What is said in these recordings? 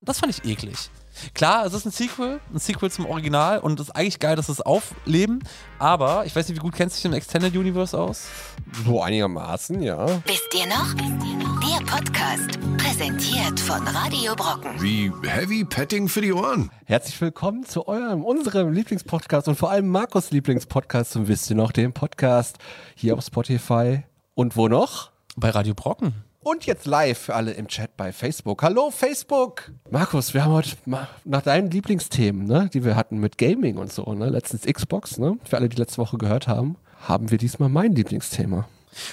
Das fand ich eklig. Klar, es ist ein Sequel, ein Sequel zum Original und es ist eigentlich geil, dass sie es aufleben, aber ich weiß nicht, wie gut kennst du dich im Extended Universe aus? So einigermaßen, ja. Wisst ihr noch? Der Podcast, präsentiert von Radio Brocken. Wie heavy petting for you on? Herzlich willkommen zu eurem, unserem Lieblingspodcast und vor allem Markus Lieblingspodcast zum Wisst ihr noch, dem Podcast hier auf Spotify und wo noch? Bei Radio Brocken. Und jetzt live für alle im Chat bei Facebook. Hallo Facebook! Markus, wir haben heute ma- nach deinen Lieblingsthemen, ne, die wir hatten mit Gaming und so, ne, letztens Xbox, ne, für alle, die letzte Woche gehört haben, haben wir diesmal mein Lieblingsthema.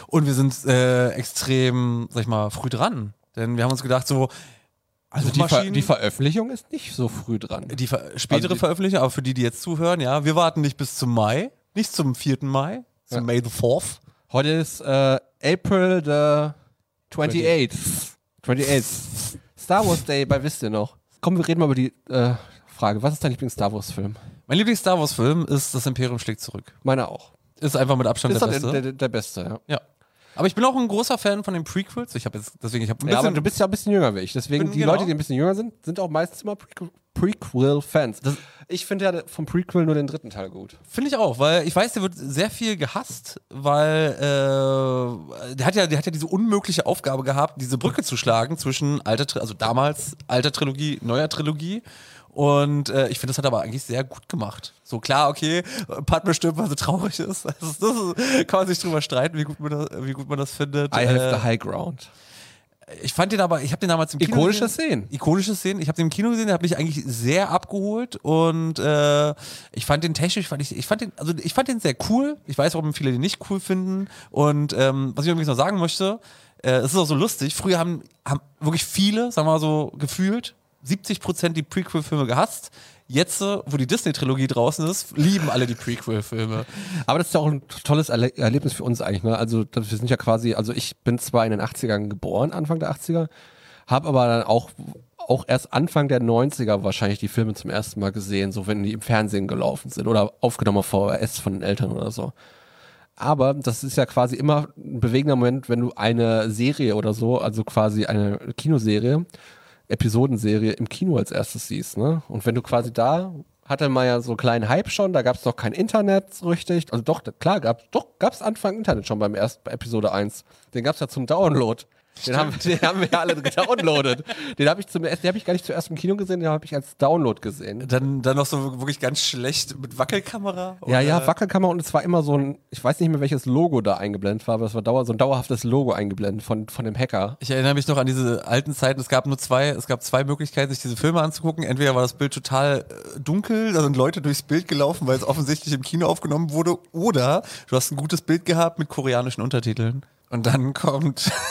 Und wir sind äh, extrem, sag ich mal, früh dran. Denn wir haben uns gedacht, so, also die, Ver die, Ver Veröffentlichung ist nicht so früh dran. die Ver spätere Also die- Veröffentlichung, aber für die, die jetzt zuhören, ja, wir warten nicht bis zum Mai, nicht zum 4. Mai, zum Ja. May the 4th. Heute ist äh, April the 28th. 28th. Star Wars Day, bei wisst ihr noch. Komm, wir reden mal über die äh, Frage. Was ist dein Lieblings-Star Wars-Film? Mein Lieblings-Star Wars-Film ist Das Imperium schlägt zurück. Meiner auch. Ist einfach mit Abstand ist der doch beste. der, der, der beste, ja. ja. Aber ich bin auch ein großer Fan von den Prequels. Ich habe jetzt, deswegen, ich habe ein ja. Aber bisschen. du bist ja ein bisschen jünger wie ich. Deswegen, Bin- die genau. Leute, die ein bisschen jünger sind, sind auch meistens immer Prequ- Prequel-Fans. Ich finde ja vom Prequel nur den dritten Teil gut. Finde ich auch, weil ich weiß, der wird sehr viel gehasst, weil äh, der, hat ja, der hat ja diese unmögliche Aufgabe gehabt, diese Brücke zu schlagen zwischen alter, Tri- also damals alter Trilogie, neuer Trilogie. Und äh, ich finde, das hat er aber eigentlich sehr gut gemacht. So klar, okay, Padme stirbt, weil sie traurig ist. Also, das ist, kann man sich drüber streiten, wie gut man das, wie gut man das findet. I have Äh, the high ground. ich fand den aber, ich habe den damals im Kino Ikonische gesehen. Szenen. Ikonische Szenen. Ich habe den im Kino gesehen, der hat mich eigentlich sehr abgeholt und äh, ich fand den technisch, fand ich, ich fand den, also ich fand den sehr cool. Ich weiß, warum viele den nicht cool finden. Und ähm, was ich übrigens noch sagen möchte, äh, es ist auch so lustig. Früher haben, haben wirklich viele, sagen wir mal so, gefühlt 70 Prozent die Prequel-Filme gehasst. Jetzt, äh, wo die Disney-Trilogie draußen ist, lieben alle die Prequel-Filme. Aber das ist ja auch ein tolles Erle Erlebnis für uns eigentlich. Ne? Also das, wir sind ja quasi, also ich bin zwar in den 80ern geboren, Anfang der 80er, habe aber dann auch, auch erst Anfang der 90er wahrscheinlich die Filme zum ersten Mal gesehen, so wenn die im Fernsehen gelaufen sind oder aufgenommen auf VHS von den Eltern oder so. Aber das ist ja quasi immer ein bewegender Moment, wenn du eine Serie oder so, also quasi eine Kinoserie, Episodenserie im Kino als erstes siehst. Ne? Und wenn du quasi da hatte man ja so einen kleinen Hype schon, da gab es noch kein Internet so richtig. Also doch, klar, gab doch gab's Anfang Internet schon beim ersten bei Episode 1. Den gab es ja zum Download. Den haben, den haben wir ja alle gedownloadet. Den habe ich, zum- den hab ich gar nicht zuerst im Kino gesehen, den habe ich als Download gesehen. Dann, dann noch so wirklich ganz schlecht mit Wackelkamera. Ja, oder- ja, Wackelkammer und es war immer so ein, ich weiß nicht mehr, welches Logo da eingeblendet war, aber es war dauer, so ein dauerhaftes Logo eingeblendet von, von dem Hacker. Ich erinnere mich noch an diese alten Zeiten. Es gab nur zwei, es gab zwei Möglichkeiten, sich diese Filme anzugucken. Entweder war das Bild total äh, dunkel, da sind Leute durchs Bild gelaufen, weil es offensichtlich im Kino aufgenommen wurde, oder du hast ein gutes Bild gehabt mit koreanischen Untertiteln. Und dann kommt,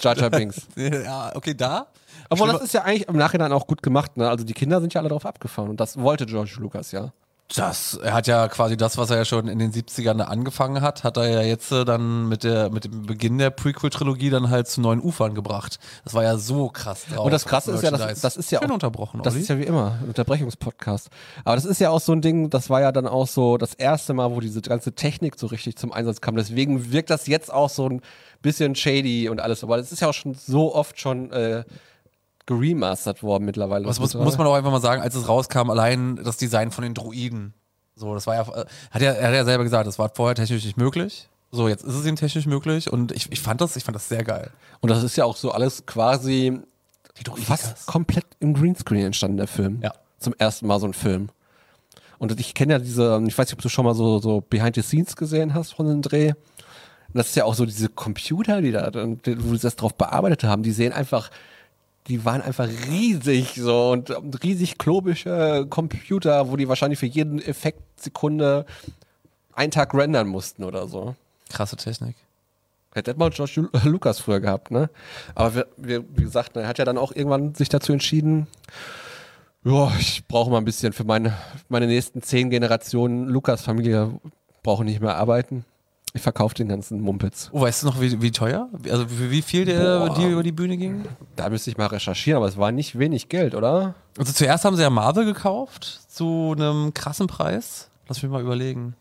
Jaja Binks. ja, okay, da. Obwohl, das ist ja eigentlich im Nachhinein auch gut gemacht, ne? Also die Kinder sind ja alle drauf abgefahren und das wollte George Lucas, ja. Das, er hat ja quasi das, was er ja schon in den 70ern angefangen hat, hat er ja jetzt äh, dann mit, der, mit dem Beginn der Prequel-Trilogie dann halt zu neuen Ufern gebracht. Das war ja so krass drauf. Und das Krasse ist ja, das, Oh, Merchandise. das ist ja Schön auch, unterbrochen, das Olli. ist ja wie immer, ein Unterbrechungspodcast. Aber das ist ja auch so ein Ding, das war ja dann auch so das erste Mal, wo diese ganze Technik so richtig zum Einsatz kam. Deswegen wirkt das jetzt auch so ein bisschen shady und alles. Aber das ist ja auch schon so oft schon äh, geremastert worden mittlerweile. Was muss, muss man auch einfach mal sagen, als es rauskam, allein das Design von den Druiden. So, das war ja, äh, hat ja, er hat ja selber gesagt, das war vorher technisch nicht möglich. So, jetzt ist es ihm technisch möglich und ich, ich fand das, ich fand das sehr geil. und das ist ja auch so alles quasi Die Druiden. fast komplett im Greenscreen entstanden, der Film. Ja. Zum ersten Mal so ein Film. Und ich kenne ja diese, ich weiß nicht, ob du schon mal so, so Behind the Scenes gesehen hast von dem Dreh. Und das ist ja auch so diese Computer, die da, dann- die- wo sie das drauf bearbeitet haben, die sehen einfach, die waren einfach riesig so und ähm, riesig klobische Computer, wo die wahrscheinlich für jeden Effekt Sekunde einen Tag rendern mussten oder so. Krasse Technik. Hätte das mal George Lu- Lucas früher gehabt, ne? Aber wir, wir, wie gesagt, er hat ja dann auch irgendwann sich dazu entschieden, ja, ich brauche mal ein bisschen für meine, meine nächsten zehn Generationen Lukas-Familie, brauche nicht mehr arbeiten. Ich verkaufe den ganzen Mumpitz. Oh, weißt du noch, wie, wie teuer? Wie- Also für wie viel der Boah. Deal über die Bühne ging? Da müsste ich mal recherchieren, aber es war nicht wenig Geld, oder? Also zuerst haben sie ja Marvel gekauft zu einem krassen Preis. Lass mich mal überlegen.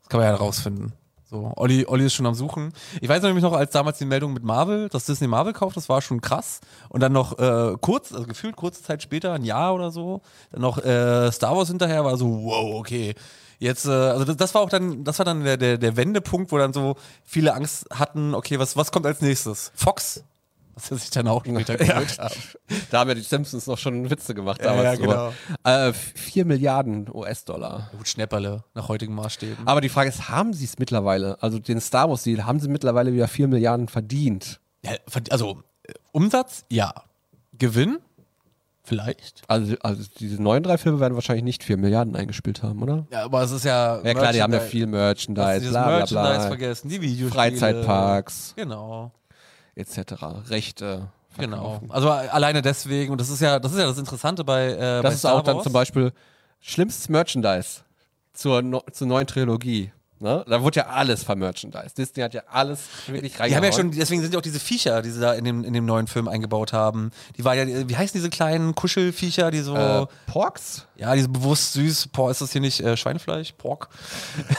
Das kann man ja rausfinden. So, Olli, Olli ist schon am Suchen. Ich weiß nämlich noch, als damals die Meldung mit Marvel, dass Disney Marvel kauft, das war schon krass. Und dann noch äh, kurz, also gefühlt kurze Zeit später, ein Jahr oder so, dann noch äh, Star Wars hinterher war so, wow, okay. Jetzt, äh, also das, das war auch dann, das war dann der, der, der Wendepunkt, wo dann so viele Angst hatten, okay, was, was kommt als nächstes? Fox? Was er sich dann auch später geholt hat. Da haben ja die Simpsons noch schon Witze gemacht Ja, genau. damals. ja, drüber. äh, 4 Milliarden US-Dollar. Gut, Schnäpperle, nach heutigen Maßstäben. Aber die Frage ist, haben sie es mittlerweile? Also den Star Wars Deal haben sie mittlerweile wieder 4 Milliarden verdient. Ja, verd- also, äh, Umsatz? Ja. Gewinn? Vielleicht. Also, also diese neuen drei Filme werden wahrscheinlich nicht 4 Milliarden eingespielt haben, oder? Ja, aber es ist ja. Ja klar, die haben ja Merchandise. viel Hast Merchandise, du dieses bla bla Merchandise bla, vergessen, die Videospiele. Freizeitparks Genau, etc. Rechte. genau. Also alleine deswegen, und das ist ja das, ist ja das Interessante bei, äh, bei Das ist auch dann zum Beispiel schlimmstes Merchandise zur, no, zur neuen Trilogie. Ne? Da wurde ja alles vermerchandised. Disney hat ja alles wirklich Die haben ja reingehauen. schon, deswegen sind ja auch diese Viecher, die sie da in dem, in dem neuen Film eingebaut haben. Die war ja, wie heißen diese kleinen Kuschelviecher, die so, äh, Porks? ja, diese bewusst süß, boah, ist das hier nicht äh, Schweinefleisch? Pork?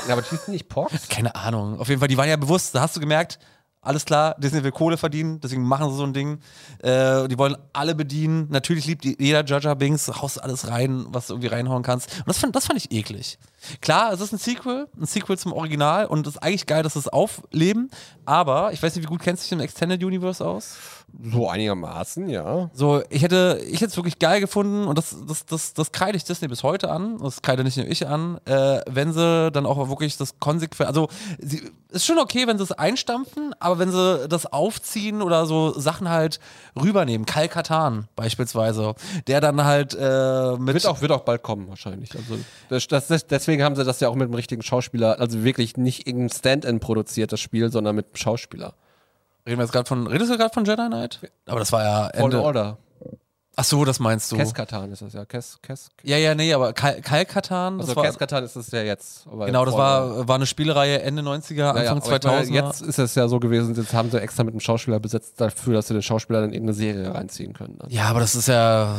Ja, aber die sind nicht Porks? Keine Ahnung. Auf jeden Fall, die waren ja bewusst, da hast du gemerkt, alles klar, Disney will Kohle verdienen, deswegen machen sie so ein Ding. Äh, die wollen alle bedienen. Natürlich liebt die- jeder Jaja Bings, haust alles rein, was du irgendwie reinhauen kannst. Und das fand, das fand ich eklig. Klar, es ist ein Sequel, ein Sequel zum Original und es ist eigentlich geil, dass sie es aufleben. Aber ich weiß nicht, wie gut kennst du dich im Extended Universe aus? So einigermaßen, ja. So, ich hätte ich hätte es wirklich geil gefunden und das, das, das, das kreide ich Disney bis heute an, das kreide nicht nur ich an, äh, wenn sie dann auch wirklich das konsequent, also sie, ist schon okay, wenn sie es einstampfen, aber wenn sie das aufziehen oder so Sachen halt rübernehmen, Kalkatan beispielsweise, der dann halt äh, mit... Wird auch, wird auch bald kommen, wahrscheinlich. Also das, das, das, deswegen haben sie das ja auch mit dem richtigen Schauspieler, also wirklich nicht irgendein Stand-in produziert, das Spiel, sondern mit einem Schauspieler. reden wir jetzt gerade von, redest du gerade von Jedi Knight? Aber das war ja Fallen Ende. Order. Ach so, das meinst du. Keskatan ist das ja. Kes, Kes, Ja, ja, nee, aber Kal Kalkatan, das also war... Keskatan ist das ja jetzt. aber Genau, das Fallen Order- war, war eine Spielereihe Ende 90er, Ja, ja, Anfang aber ich meine, 2000er. Jetzt ist es ja so gewesen, jetzt haben sie extra mit einem Schauspieler besetzt dafür, dass sie den Schauspieler dann in eine Serie reinziehen können. Also Dann. Ja, aber das ist ja, ja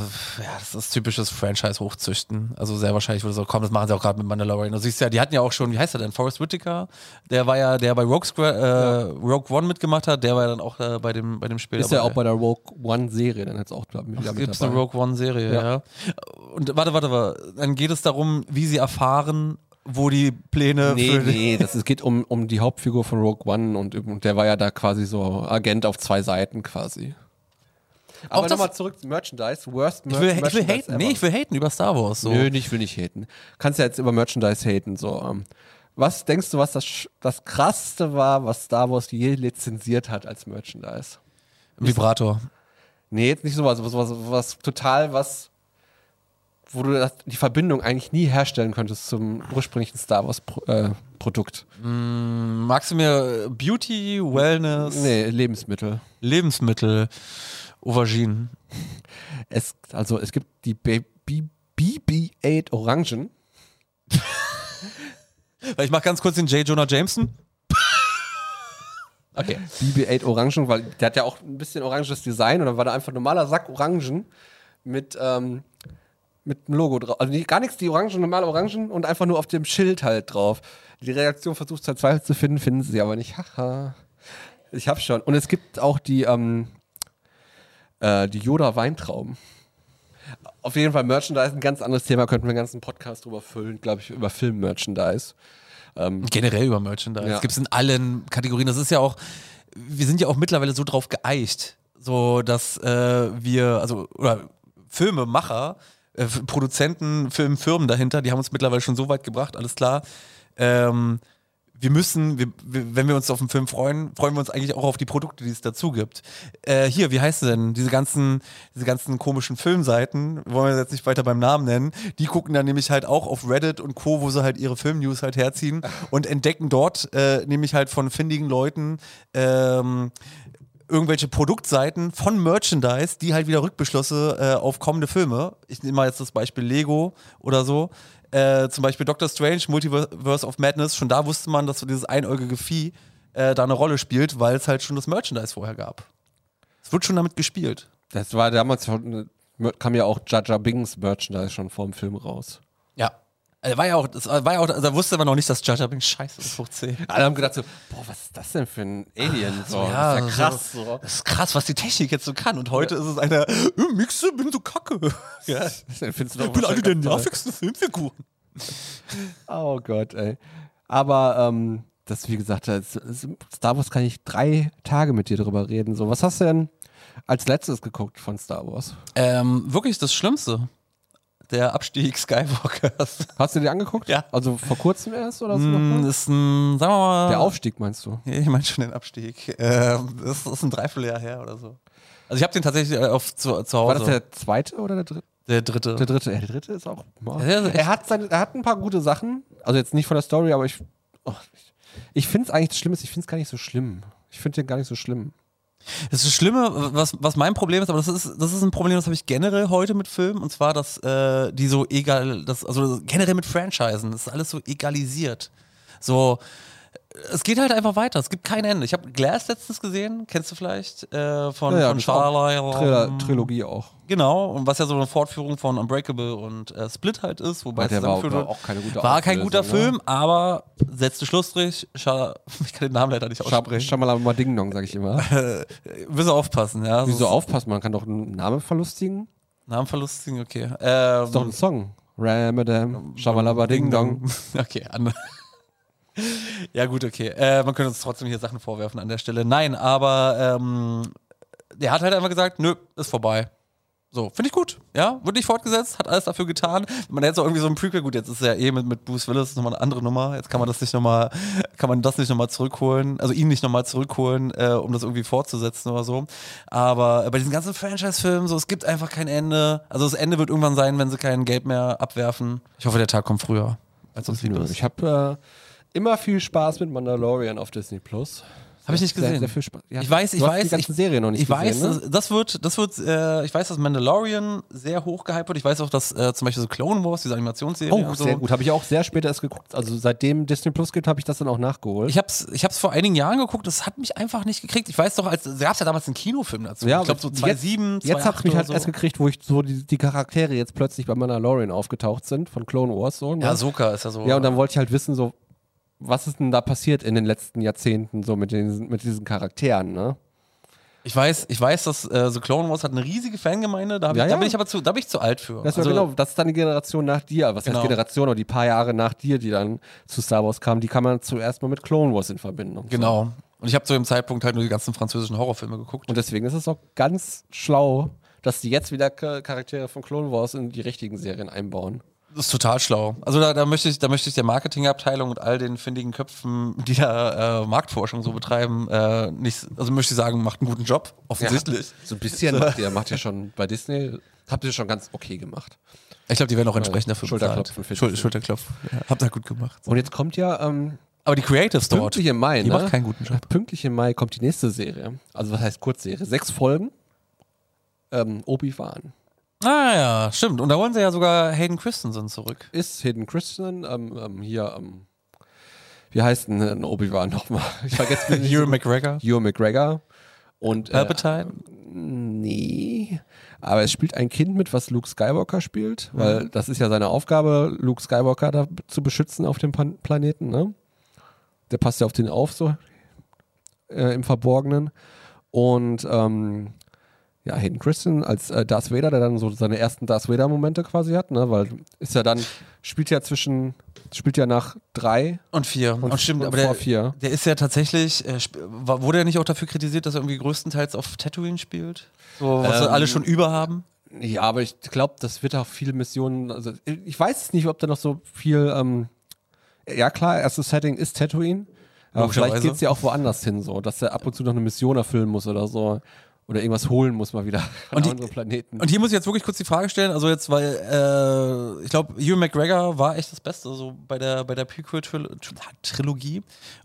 das ist typisches Franchise-Hochzüchten. Also sehr wahrscheinlich würde so kommen, das machen sie auch gerade mit Mandalorian. Du siehst ja, die hatten ja auch schon, wie heißt er denn, Forrest Whitaker, der war ja, der bei Rogue, Square, äh, Rogue One mitgemacht hat, der war ja dann auch äh, bei, dem, bei dem Spiel. Ist ja auch bei der Rogue One-Serie dann jetzt auch glaub, ich, wieder der mit gibt's eine dabei. Rogue One-Serie, ja. Ja. Und warte, warte, warte, dann geht es darum, wie sie erfahren, wo die Pläne Nee, für nee, das, es geht um, um die Hauptfigur von Rogue One und, und der war ja da quasi so Agent auf zwei Seiten quasi. Auch Aber das- nochmal zurück zu Merchandise, worst Ich will, Mer ich will Merchandise haten, nee, ever. ich will haten über Star Wars. So. Nö, nicht, will nicht haten. Kannst ja jetzt über Merchandise haten. So. ähm. Was denkst du, was das, Sch- das krasseste war, was Star Wars je lizenziert hat als Merchandise? Vibrator. Nee, jetzt nicht sowas, sowas, was total was, wo du das, die Verbindung eigentlich nie herstellen könntest zum ursprünglichen Star Wars Pro, äh, Produkt. Magst du mir Beauty, Wellness, Nee, Lebensmittel. Lebensmittel, Auberginen? Es, also es gibt die B- B- BB-8 Orangen. Weil ich mach ganz kurz den J. Jonah Jameson. Okay. BB-8 Orangen, weil der hat ja auch ein bisschen oranges Design und dann war da einfach ein normaler Sack Orangen mit, ähm, mit einem Logo drauf. Also nicht, gar nichts, die Orangen, normale Orangen und einfach nur auf dem Schild halt drauf. Die Redaktion versucht verzweifelt zu finden, finden sie aber nicht. Haha. Ich hab schon. Und es gibt auch die, ähm, äh, die Yoda Weintrauben. Auf jeden Fall Merchandise, ein ganz anderes Thema, könnten wir einen ganzen Podcast drüber füllen, glaube ich, über Film-Merchandise. Generell über Merchandise. Ja. Es gibt's in allen Kategorien. Das ist ja auch, wir sind ja auch mittlerweile so drauf geeicht, so dass äh, wir, also, oder Filmemacher, äh, F- Produzenten, Filmfirmen dahinter, die haben uns mittlerweile schon so weit gebracht, alles klar. Ähm, wir müssen, wir, wir, wenn wir uns auf einen Film freuen, freuen wir uns eigentlich auch auf die Produkte, die es dazu gibt. Äh, hier, wie heißt sie denn? Diese ganzen, diese ganzen komischen Filmseiten, wollen wir jetzt nicht weiter beim Namen nennen, die gucken dann nämlich halt auch auf Reddit und Co., wo sie halt ihre Filmnews halt herziehen und entdecken dort äh, nämlich halt von findigen Leuten ähm, irgendwelche Produktseiten von Merchandise, die halt wieder Rückbeschlüsse äh, auf kommende Filme. Ich nehme mal jetzt das Beispiel Lego oder so. Äh, zum Beispiel Doctor Strange, Multiverse of Madness. Schon da wusste man, dass so dieses einäugige Vieh äh, da eine Rolle spielt, weil es halt schon das Merchandise vorher gab. Es wird schon damit gespielt. Das war damals schon, kam ja auch Jaja Bings Merchandise schon vor dem Film raus. Ja. Also war ja auch, das war ja auch, da wusste man noch nicht, dass Jar Jar Binks scheiße ist, hoch 10. Alle haben gedacht so, boah, was ist das denn für ein Alien? So, ja, das ist ja krass. So. Das ist krass, was die Technik jetzt so kann. Und heute ist es einer, äh, Mixe, bin so kacke. Ja. Das findest du Ich doch bin eine wahrscheinlich der ganz toll. nervigsten Filmfiguren. Oh Gott, ey. Aber ähm, das, wie gesagt, das, das, Star Wars kann ich drei Tage mit dir drüber reden. So, was hast du denn als letztes geguckt von Star Wars? Ähm, wirklich das Schlimmste. Der Abstieg Skywalkers. Hast du dir angeguckt? Ja. Also vor kurzem erst oder so? Mm, nochmal? ist ein, sagen wir mal. Hm. Der Aufstieg meinst du? Ja, Ich meine schon den Abstieg. Ähm, das ist ein Dreivierteljahr her oder so. Also ich habe den tatsächlich äh, auf zu, zu Hause. War das der zweite oder der dritte? der dritte? Der dritte. Ja, Der dritte ist auch. Boah. Ja, der ist echt- Er hat seine, er hat ein paar gute Sachen. Also jetzt nicht von der Story, aber ich. Oh, ich ich finde es eigentlich schlimm, ich finde es gar nicht so schlimm. Ich finde den gar nicht so schlimm. Das ist Schlimme, was, was mein Problem ist, aber das ist, das ist ein Problem, das habe ich generell heute mit Filmen, und zwar, dass äh, die so egal, das, also generell mit Franchisen, das ist alles so egalisiert. So, es geht halt einfach weiter, es gibt kein Ende. Ich habe Glass letztens gesehen, kennst du vielleicht, äh, von, von das ist auch Charlie. Tril Trilogie auch. Genau, und was ja so eine Fortführung von Unbreakable und äh, Split halt ist, wobei Aber der war- zusammengeführt war wird. auch keine gute War kein guter Auflösung, ne? Film, aber setzte Schlussstrich. Schade, ich kann den Namen leider nicht Schau, aussprechen. Äh, schau mal mal Ding Dong, sag ich immer. Müssen aufpassen, ja. Wieso aufpassen? Man kann doch einen Namen verlustigen. Namenverlust, okay. Ähm, Ist doch ein Song. Ramadam, Shabalaba Ding Dong. Okay, andere. Ja, gut, okay. Äh, man könnte uns trotzdem hier Sachen vorwerfen an der Stelle. Nein, aber ähm, der hat halt einfach gesagt, nö, ist vorbei. So, finde ich gut. Ja, wird nicht fortgesetzt, hat alles dafür getan. Man hätte auch irgendwie so ein Prequel, gut, jetzt ist er ja eh mit, mit Bruce Willis nochmal eine andere Nummer. Jetzt kann man das nicht nochmal, kann man das nicht nochmal zurückholen, also ihn nicht nochmal zurückholen, äh, um das irgendwie fortzusetzen oder so. Aber bei diesen ganzen Franchise-Filmen, so, es gibt einfach kein Ende. Also das Ende wird irgendwann sein, wenn sie kein Geld mehr abwerfen. Ich hoffe, der Tag kommt früher, als uns lieb ist. Ich habe äh, immer viel Spaß mit Mandalorian auf Disney Plus. Habe ich nicht Sehr, gesehen. sehr viel Spaß. Ja, Ich weiß, du ich hast weiß. Die ganzen ich, Serien noch nicht Ich weiß, gesehen, ne? das, das wird, das wird, äh, ich weiß, dass Mandalorian sehr hoch gehypt wird. Ich weiß auch, dass äh, zum Beispiel so Clone Wars, diese Animationsserie Oh, und so. sehr gut. Habe ich auch sehr später erst geguckt. Also seitdem Disney Plus gibt, habe ich das dann auch nachgeholt. Ich hab's, ich hab's vor einigen Jahren geguckt, das hat mich einfach nicht gekriegt. Ich weiß doch, als da gab's ja damals einen Kinofilm dazu. ich glaube so jetzt- 2007, Jetzt hat's 2008 mich oder halt so. erst gekriegt, wo ich so die, die Charaktere jetzt plötzlich bei Mandalorian aufgetaucht sind, von Clone Wars so. ne? Ja, Soka ist ja so. äh. Ja, und dann wollte ich halt wissen, so, was ist denn da passiert in den letzten Jahrzehnten so mit, den, mit diesen Charakteren, ne? ich weiß, ich weiß, dass äh, so Clone Wars hat eine riesige Fangemeinde. Da, hab Ja, ich, da ja. bin ich aber zu, da bin ich zu alt für. Das, war genau, das ist dann die Generation nach dir, was also Genau. heißt Generation, oder die paar Jahre nach dir, die dann zu Star Wars kamen, die kann man zuerst mal mit Clone Wars in Verbindung. genau. Und ich habe zu dem Zeitpunkt halt nur die ganzen französischen Horrorfilme geguckt. Und deswegen ist es auch ganz schlau, dass die jetzt wieder K- Charaktere von Clone Wars in die richtigen Serien einbauen. Das ist total schlau. Also da, da möchte ich, da möchte ich der Marketingabteilung und all den findigen Köpfen, die da äh, Marktforschung so betreiben, äh, nicht, also möchte ich sagen, macht einen guten Job, offensichtlich. So ein bisschen macht ihr, macht ihr schon bei Disney, habt ihr schon ganz okay gemacht. Ich glaube, die werden auch entsprechend dafür Schulterklopfen bezahlt. für Schul Disney. Schulterklopfen. Ja, habt ihr gut gemacht. Und jetzt kommt ja ähm, Aber die Creatives dort, Pünktlich im Mai, die ne? macht keinen guten Job. Pünktlich im Mai kommt die nächste Serie. Also was heißt Kurzserie? Sechs Folgen. Ähm, Obi-Wan. Ah ja, stimmt. Und da wollen sie ja sogar Hayden Christensen zurück. Ist Hayden Christian ähm, ähm, hier, ähm, wie heißt denn ein Obi-Wan nochmal? Ich vergesse mich nicht. Hugh McGregor. Ewan McGregor. Und äh, Palpatine. nee, aber es spielt ein Kind mit, was Luke Skywalker spielt, weil das ist ja seine Aufgabe, Luke Skywalker da zu beschützen auf dem Pan Planeten. Ne? Der passt ja auf den auf so äh, im Verborgenen. Und ähm, ja, Hayden Christian als äh, Darth Vader, der dann so seine ersten Darth Vader Momente quasi hat, ne? weil ist ja dann spielt ja zwischen spielt ja nach drei Und vier. Und, Und- stimmt, und aber vor der, vier. der ist ja tatsächlich, äh, sp- war- wurde er nicht auch dafür kritisiert, dass er irgendwie größtenteils auf Tatooine spielt? So, was Ähm, alle schon überhaben? Ja, aber ich glaube, das wird auch viele Missionen. Also ich weiß es nicht, ob da noch so viel. Ähm, ja klar, erstes Setting ist Tatooine, aber vielleicht Logischerweise. geht's ja auch woanders hin, so, dass er ab und zu noch eine Mission erfüllen muss oder so oder irgendwas holen muss mal wieder von Und die- anderen Planeten. Mhm. Und hier muss ich jetzt wirklich kurz die Frage stellen, also jetzt, weil äh, ich glaube, Hugh McGregor war echt das Beste, so bei der, bei der Prequel-Trilogie.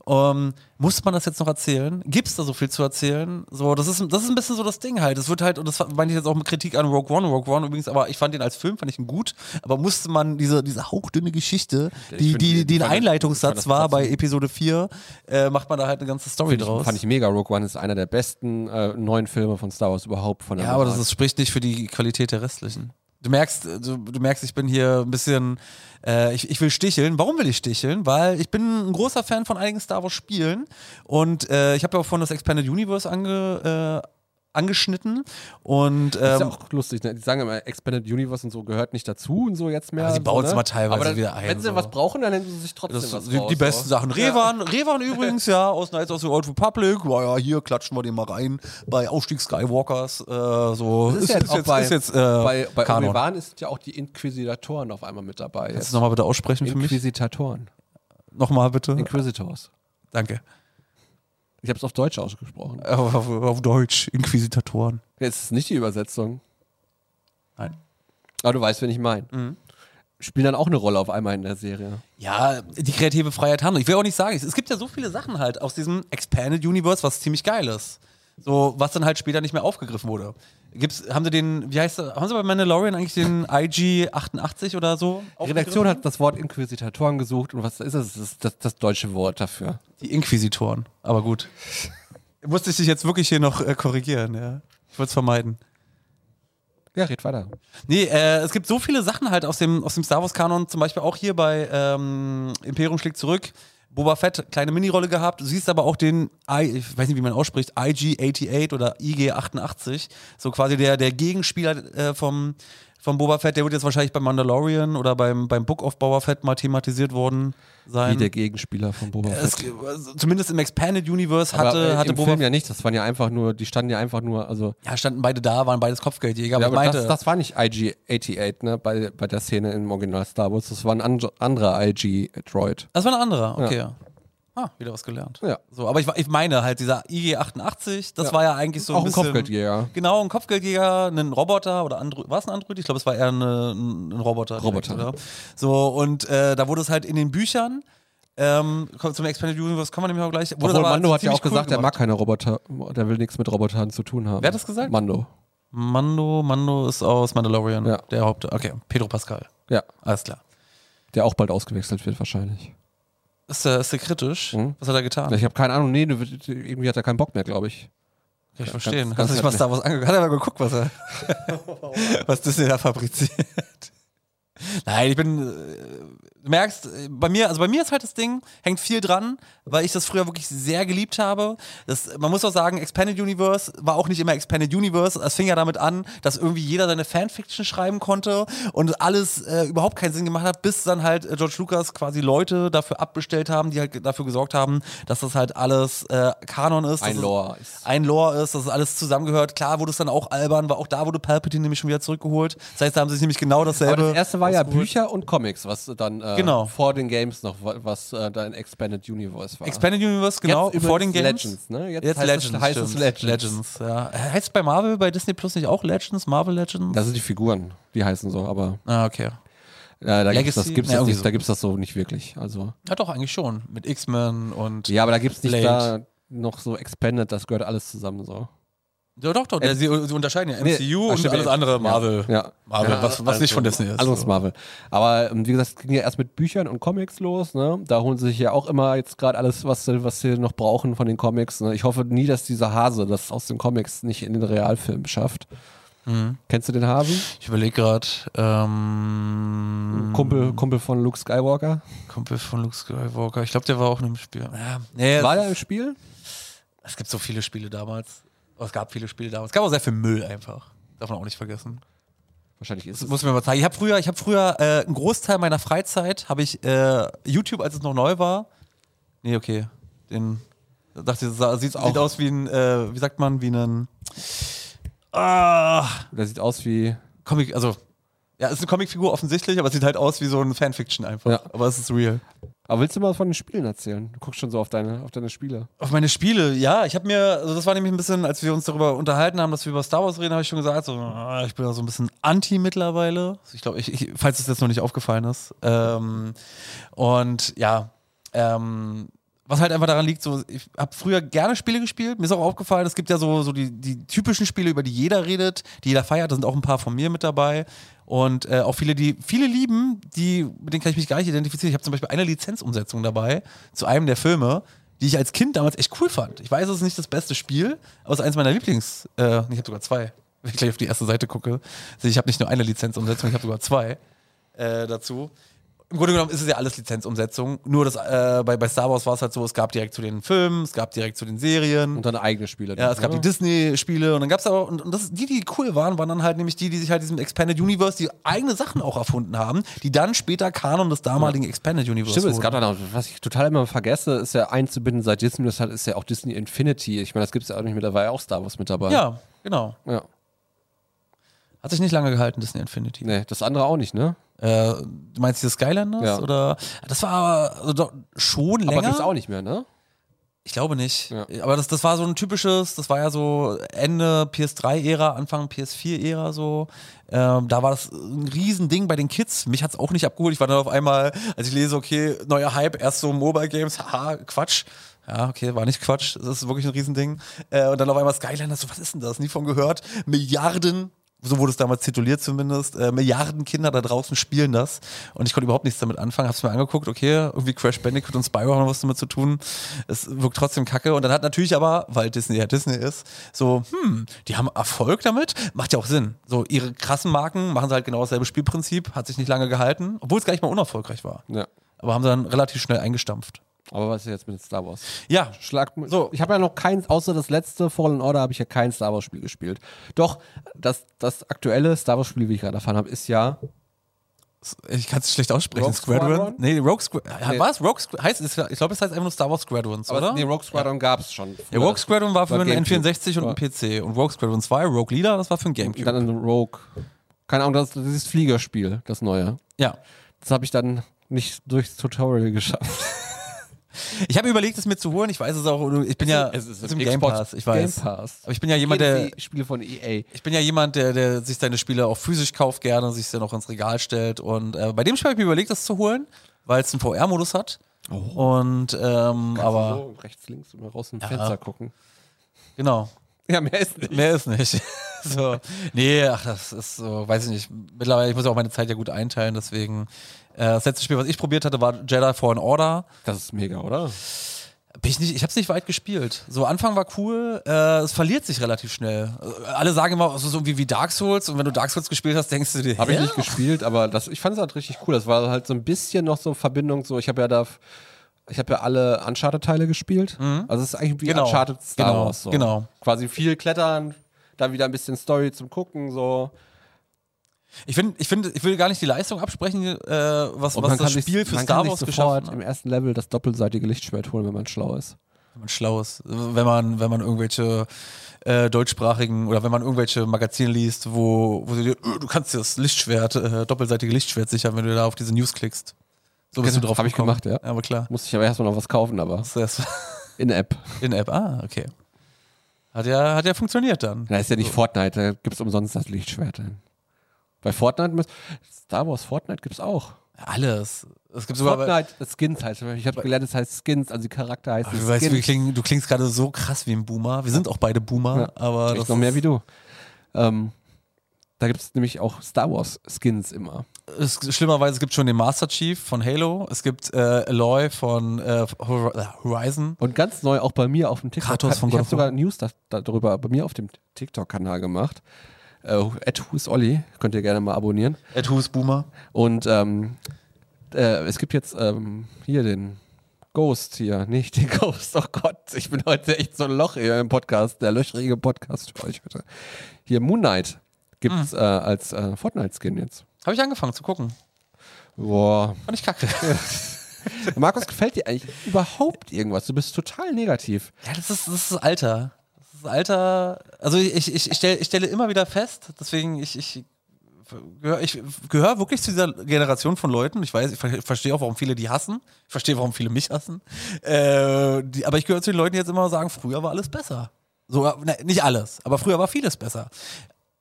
Ähm, muss man das jetzt noch erzählen? Gibt es da so viel zu erzählen? So, das ist, das ist ein bisschen so das Ding halt. Es wird halt, und das meine ich jetzt auch mit Kritik an Rogue One, Rogue One übrigens, aber ich fand den als Film, fand ich ihn gut, aber musste man diese, diese hauchdünne Geschichte, Ich die, find die, die die- ein ich fand das- ich Einleitungssatz fand das war bei trotzdem- Episode 4, äh, macht man da halt eine ganze Story Fand ich, draus. fand ich mega. Rogue One ist einer der besten äh, neuen Filme von Star Wars überhaupt. Von der Ja, aber Nummer das ist, spricht nicht für die Qualität der restlichen. Du merkst, äh, du, du merkst, ich bin hier ein bisschen, äh, ich, ich will sticheln. Warum will ich sticheln? Weil ich bin ein großer Fan von einigen Star Wars Spielen und äh, ich habe ja auch vorhin das Expanded Universe ange, äh, angeschnitten und ähm, Ist ja auch lustig, ne? Die sagen immer, Expanded Universe und so gehört nicht dazu und so jetzt mehr. Aber sie so, bauen's ne? mal teilweise Aber dann, wieder ein, Wenn sie so. was brauchen, dann nennen sie sich trotzdem Das was sind die, raus, die so. besten Sachen. Revan, Revan übrigens, ja, aus Knights of the Old Republic. Ja, ja, hier klatschen wir den mal rein bei Aufstieg Skywalkers. Äh, so. Das ist, jetzt auch bei, ist jetzt, äh, bei, bei Kanon. Obi-Wan ist ja auch die Inquisitoren auf einmal mit dabei. Kannst du nochmal bitte aussprechen für mich? Inquisitoren. Nochmal bitte. Inquisitors. Danke. Ich habe es auf Deutsch ausgesprochen. Äh, Auf, auf Deutsch, Inquisitatoren. Jetzt ist nicht die Übersetzung. Nein. Aber du weißt, wen ich meine. Mhm. Spielen dann auch eine Rolle auf einmal in der Serie. Ja, die kreative Freiheit haben. Ich will auch nicht sagen, es- es gibt ja so viele Sachen halt aus diesem Expanded Universe, was ziemlich geil ist. So, was dann halt später nicht mehr aufgegriffen wurde. Gibt's, haben sie den, wie heißt der, haben sie bei Mandalorian eigentlich den IG-88 oder so? Die aufgegriffen? Redaktion hat das Wort Inquisitoren gesucht und was ist das? Das ist das, das deutsche Wort dafür. Die Inquisitoren, aber gut. Musste ich dich jetzt wirklich hier noch äh, korrigieren, ja. Ich wollte es vermeiden. Ja, red weiter. Nee, äh, es gibt so viele Sachen halt aus dem, aus dem Star Wars-Kanon, zum Beispiel auch hier bei ähm, Imperium schlägt zurück. Boba Fett, kleine Minirolle gehabt. Du siehst aber auch den, I, ich weiß nicht, wie man ausspricht, IG-88 oder IG-88. So quasi der, der Gegenspieler äh, vom, vom Boba Fett. Der wird jetzt wahrscheinlich beim Mandalorian oder beim, beim Book of Boba Fett mal thematisiert worden Wie sein. der Gegenspieler von Boba Fett. Ähm, es, also zumindest im Expanded Universe Aber, hatte, äh, hatte im Boba Film ja nicht, das waren ja einfach nur, die standen ja einfach nur, also Ja, standen beide da, waren beides Kopfgeldjäger. ja, aber ich aber meinte, das, das war nicht IG-88, ne, bei, bei der Szene im Original Star Wars, das war ein and- anderer IG-Droid. das war ein anderer. Okay. Ja. Ah, wieder was gelernt. Ja. So, aber ich, ich meine halt, dieser IG-88, das Ja. war ja eigentlich so Auch ein ein bisschen, Kopfgeldjäger. Genau, ein Kopfgeldjäger, ein Roboter oder Andro war es ein Android? Ich glaube, es war eher eine, ein ein Roboter. Roboter. Oder? So, und äh, da wurde es halt in den Büchern, ähm, kommt zum Expanded Universe kommen wir nämlich auch gleich. Wurde Obwohl aber Mando hat ja ziemlich auch cool gesagt, er gemacht. mag keine Roboter, der will nichts mit Robotern zu tun haben. Wer hat das gesagt? Mando. Mando, Mando ist aus Mandalorian, Ja. der Haupt. Okay, Pedro Pascal. Ja, Alles klar. der auch bald ausgewechselt wird wahrscheinlich. Ist der, ist der kritisch? Was hat er getan? Mhm. Ich habe keine Ahnung, nee, du- irgendwie hat er keinen Bock mehr, glaube ich. Kann ich verstehen. ganz- Hast du nicht mal ganz Star Wars angeguckt? Hat er mal geguckt, was er, was Disney da fabriziert. Nein, ich bin, äh, du merkst, äh, bei mir, also bei mir ist halt das Ding, hängt viel dran, weil ich das früher wirklich sehr geliebt habe. Das, man muss auch sagen, Expanded Universe war auch nicht immer Expanded Universe. Es fing ja damit an, dass irgendwie jeder seine Fanfiction schreiben konnte und alles äh, überhaupt keinen Sinn gemacht hat, bis dann halt äh, George Lucas quasi Leute dafür abbestellt haben, die halt dafür gesorgt haben, dass das halt alles äh, Kanon ist. dass Ein es- Lore ist. ein Lore ist, dass es alles zusammengehört. Klar wurde es dann auch albern, weil auch da wurde Palpatine nämlich schon wieder zurückgeholt. Das heißt, da haben sie sich nämlich genau dasselbe. Aber das erste war ja ausgeholt. Bücher und Comics, was dann äh, Genau. vor den Games noch, wa- was äh, dann Expanded Universe war. Expanded Universe, genau, übrigens vor den Games. Legends, ne? Jetzt, Jetzt heißt es- Legends. heißt es stimmt. Legends. Legends ja. Heißt es bei Marvel, bei Disney Plus nicht auch Legends, Marvel Legends? das sind die Figuren, die heißen so, aber ah, okay. äh, da gibt es Legacy? das, gibt's Ja, das, irgendwie nicht- so. da gibt's das so nicht wirklich. Also, Ja, doch, eigentlich schon. Mit X-Men und. ja, aber da gibt es nicht Blade. da noch so Expanded, das gehört alles zusammen so. Ja, doch, doch. Sie, sie unterscheiden ja MCU Äh, Ach, und stimmt, alles ja. andere Marvel. Ja. ja. Marvel, ja, was, was alles nicht von so. Disney ist. Alles Marvel. Aber ähm, wie gesagt, es ging ja erst mit Büchern und Comics los. Ne? Da holen sie sich ja auch immer jetzt gerade alles, was, sie- was sie noch brauchen von den Comics. Ne? Ich hoffe nie, dass dieser Hase das aus den Comics nicht in den Realfilm schafft. Kennst du den Hasen? Ich überlege gerade, ähm, Kumpel, Kumpel von Luke Skywalker. Kumpel von Luke Skywalker. Ich glaube, der war auch in einem Spiel. Ja, nee, War es- er im Spiel? Es gibt so viele Spiele damals. Oh, Es gab viele Spiele damals. Es gab auch sehr viel Müll einfach. Darf man auch nicht vergessen. Wahrscheinlich ist Das es. muss ich mir mal zeigen. Ich habe früher, ich habe früher äh, einen Großteil meiner Freizeit habe ich äh, YouTube, als es noch neu war. Nee, okay. Den da dachte ich, das sah- sieht, sieht aus wie ein, äh, wie sagt man, wie ein ah, Der sieht aus wie. Comic, also ja, ist eine Comicfigur offensichtlich, aber es sieht halt aus wie so ein Fanfiction einfach. Ja. Aber es ist real. Aber willst du mal von den Spielen erzählen? Du guckst schon so auf deine, auf deine Spiele. Auf meine Spiele, ja. Ich habe mir, also das war nämlich ein bisschen, als wir uns darüber unterhalten haben, dass wir über Star Wars reden, habe ich schon gesagt, so, ah, ich bin da so ein bisschen anti mittlerweile. Ich glaube, ich, ich, falls es jetzt noch nicht aufgefallen ist. Ähm, und ja, ähm, was halt einfach daran liegt, so, ich habe früher gerne Spiele gespielt. Mir ist auch aufgefallen, es gibt ja so, so die, die typischen Spiele, über die jeder redet, die jeder feiert. Da sind auch ein paar von mir mit dabei. Und äh, auch viele, die viele lieben, die, mit denen kann ich mich gar nicht identifizieren. Ich habe zum Beispiel eine Lizenzumsetzung dabei zu einem der Filme, die ich als Kind damals echt cool fand. Ich weiß, es ist nicht das beste Spiel, aber es ist eins meiner Lieblings. Äh, ich habe sogar zwei. wenn ich gleich auf die erste Seite gucke, sehe ich, ich habe nicht nur eine Lizenzumsetzung, ich habe sogar zwei äh, dazu. Im Grunde genommen ist es ja alles Lizenzumsetzung. Nur das, äh, bei, bei Star Wars war es halt so, es gab direkt zu den Filmen, es gab direkt zu den Serien. Und dann eigene Spiele. Ja, es gab die Disney-Spiele und dann gab es aber, und, und das, die, die cool waren, waren dann halt nämlich die, die sich halt diesem Expanded Universe die eigene Sachen auch erfunden haben, die dann später Kanon des damaligen Expanded Universe Stimmt, es gab wurden. dann auch, was ich total immer vergesse, ist ja einzubinden, seit Disney das hat, ist ja auch Disney Infinity. Ich meine, das gibt es ja auch nicht mittlerweile auch Star Wars mit dabei. Ja, genau. ja. Hat sich nicht lange gehalten, Disney Infinity. Nee, das andere auch nicht, ne? Äh, du meinst du Skylanders? Ja. Oder das war aber also doch schon länger. Aber gibt's auch nicht mehr, ne? Ich glaube nicht. Ja. Aber das, das war so ein typisches, das war ja so Ende PS3-Ära, Anfang PS4-Ära so. Ähm, da war das ein Riesending bei den Kids. Mich hat's auch nicht abgeholt. Ich war dann auf einmal, als ich lese, okay, neuer Hype, erst so Mobile Games, haha, Quatsch. Ja, okay, war nicht Quatsch. Das ist wirklich ein Riesending. Äh, und dann auf einmal Skylanders, so, was ist denn das? Nie von gehört. Milliarden so wurde es damals tituliert zumindest, äh, Milliarden Kinder da draußen spielen das und ich konnte überhaupt nichts damit anfangen, hab's mir angeguckt, okay, irgendwie Crash Bandicoot und Spyro haben was damit zu tun, es wirkt trotzdem kacke und dann hat natürlich aber, weil Disney ja Disney ist, so, hm, die haben Erfolg damit, macht ja auch Sinn, so ihre krassen Marken machen sie halt genau dasselbe Spielprinzip, hat sich nicht lange gehalten, obwohl es gar nicht mal unerfolgreich war, Ja. aber haben sie dann relativ schnell eingestampft. Aber was ist jetzt mit Star Wars? Ja, Schlag So. so. Ich habe ja noch keins, außer das letzte Fallen Order habe ich ja kein Star Wars Spiel gespielt. Doch, das, das aktuelle Star Wars Spiel, wie ich gerade erfahren habe, ist ja ich kann es schlecht aussprechen. Rogue Squadron? Nee, Rogue Squadron. Nee. war es Rogue Squadron? Heißt, es- ich glaube, es heißt einfach nur Star Wars Squadrons, Aber oder? Nee, Rogue Squadron gab's schon. Ja, Rogue Squadron war für War einen Gamecube. N64 und einen PC. Und Rogue Squadron 2, Rogue Leader, das war für ein Und Gamecube. Dann ein Rogue. Keine Ahnung, das, das ist Fliegerspiel, das neue. ja. Das habe ich dann nicht durchs Tutorial geschafft. Ich habe überlegt, es mir zu holen. Ich weiß es auch. Ich bin ja im Game Xbox Pass, ich weiß. Game Pass. Aber ich bin ja jemand, der. die Spiele von E EA. Ich bin ja jemand, der, der sich seine Spiele auch physisch kauft gerne, sich dann auch ins Regal stellt. Und äh, bei dem Spiel habe ich mir überlegt, das zu holen, weil es einen VR-Modus hat. Und ähm, aber so rechts, links immer raus im Fenster gucken. genau. Ja, mehr ist nicht. Mehr ist nicht. so. Nee, ach, das ist so, weiß ich nicht. Mittlerweile, ich muss ja auch meine Zeit ja gut einteilen, deswegen. Äh, das letzte Spiel, was ich probiert hatte, war Jedi Fallen Order. Das ist mega, oder? Bin ich nicht, ich hab's nicht weit gespielt. So, Anfang war cool, äh, es verliert sich relativ schnell. Äh, Alle sagen immer, es ist irgendwie wie Dark Souls und wenn du Dark Souls gespielt hast, denkst du dir, Habe ich hä? nicht gespielt, aber das, ich fand es halt richtig cool. Das war halt so ein bisschen noch so Verbindung. So, ich habe ja da, ich habe ja alle Uncharted-Teile gespielt. Also es ist eigentlich wie Genau. Uncharted Star Genau. Wars. So. Genau. Quasi viel Klettern, dann wieder ein bisschen Story zum Gucken. So. Ich finde, ich finde, ich will gar nicht die Leistung absprechen, äh, was, Und was man das kann sich- Spiel für man Star kann Wars sich geschaffen sofort hat. im ersten Level das doppelseitige Lichtschwert holen, wenn man schlau ist. wenn man schlau ist, wenn man, wenn man irgendwelche äh, deutschsprachigen oder wenn man irgendwelche Magazine liest, wo, wo sie dir, äh, du kannst dir das Lichtschwert, äh, doppelseitige Lichtschwert sichern, wenn du da auf diese News klickst. So bist du Genau, drauf hab ich gekommen. gemacht, ja. Aber klar. Muss ich aber erstmal noch was kaufen, aber Das ist in-App. In-App, ah, okay. Hat ja, hat ja funktioniert dann. Da ist ja nicht Fortnite, da gibt es umsonst das Lichtschwert. Bei Fortnite, muss- Star Wars Fortnite gibt es auch. Alles. Es gibt sogar. bei- Fortnite, Skins heißt es. Ich habe gelernt, es heißt Skins, also die Charakter heißen Du, weißt, wir Skins. klingen, du klingst gerade so krass wie ein Boomer. Wir sind auch beide Boomer, Ja, aber ich das noch mehr ist- wie du. Ähm, da gibt es nämlich auch Star Wars Skins immer. es, schlimmerweise es gibt schon den Master Chief von Halo, es gibt äh, Aloy von äh, Hor- äh, Horizon. Und ganz neu auch bei mir auf dem TikTok. Kratos von ich God habe of War. sogar News da, darüber bei mir auf dem TikTok-Kanal gemacht. Äh, at who's Olli, könnt ihr gerne mal abonnieren. Ed Who's Boomer. Und ähm, äh, es gibt jetzt ähm, hier den Ghost hier, nicht den Ghost. Oh Gott, ich bin heute echt so ein Loch hier im Podcast, der löchrige Podcast für euch heute. Hier Moon Knight gibt es äh, als äh, Fortnite-Skin jetzt. Habe ich angefangen zu gucken. Boah. Fand ich kacke. Markus, gefällt dir eigentlich überhaupt irgendwas? Du bist total negativ. Ja, das ist, das ist Alter. Das ist Alter. Also ich, ich, ich, stell, ich stelle immer wieder fest, deswegen ich, ich gehöre ich gehör wirklich zu dieser Generation von Leuten. Ich weiß, ich ver- verstehe auch, warum viele die hassen. Ich verstehe, warum viele mich hassen. Äh, die, aber ich gehöre zu den Leuten, die jetzt immer sagen, früher war alles besser. So, ne, nicht alles, aber früher war vieles besser.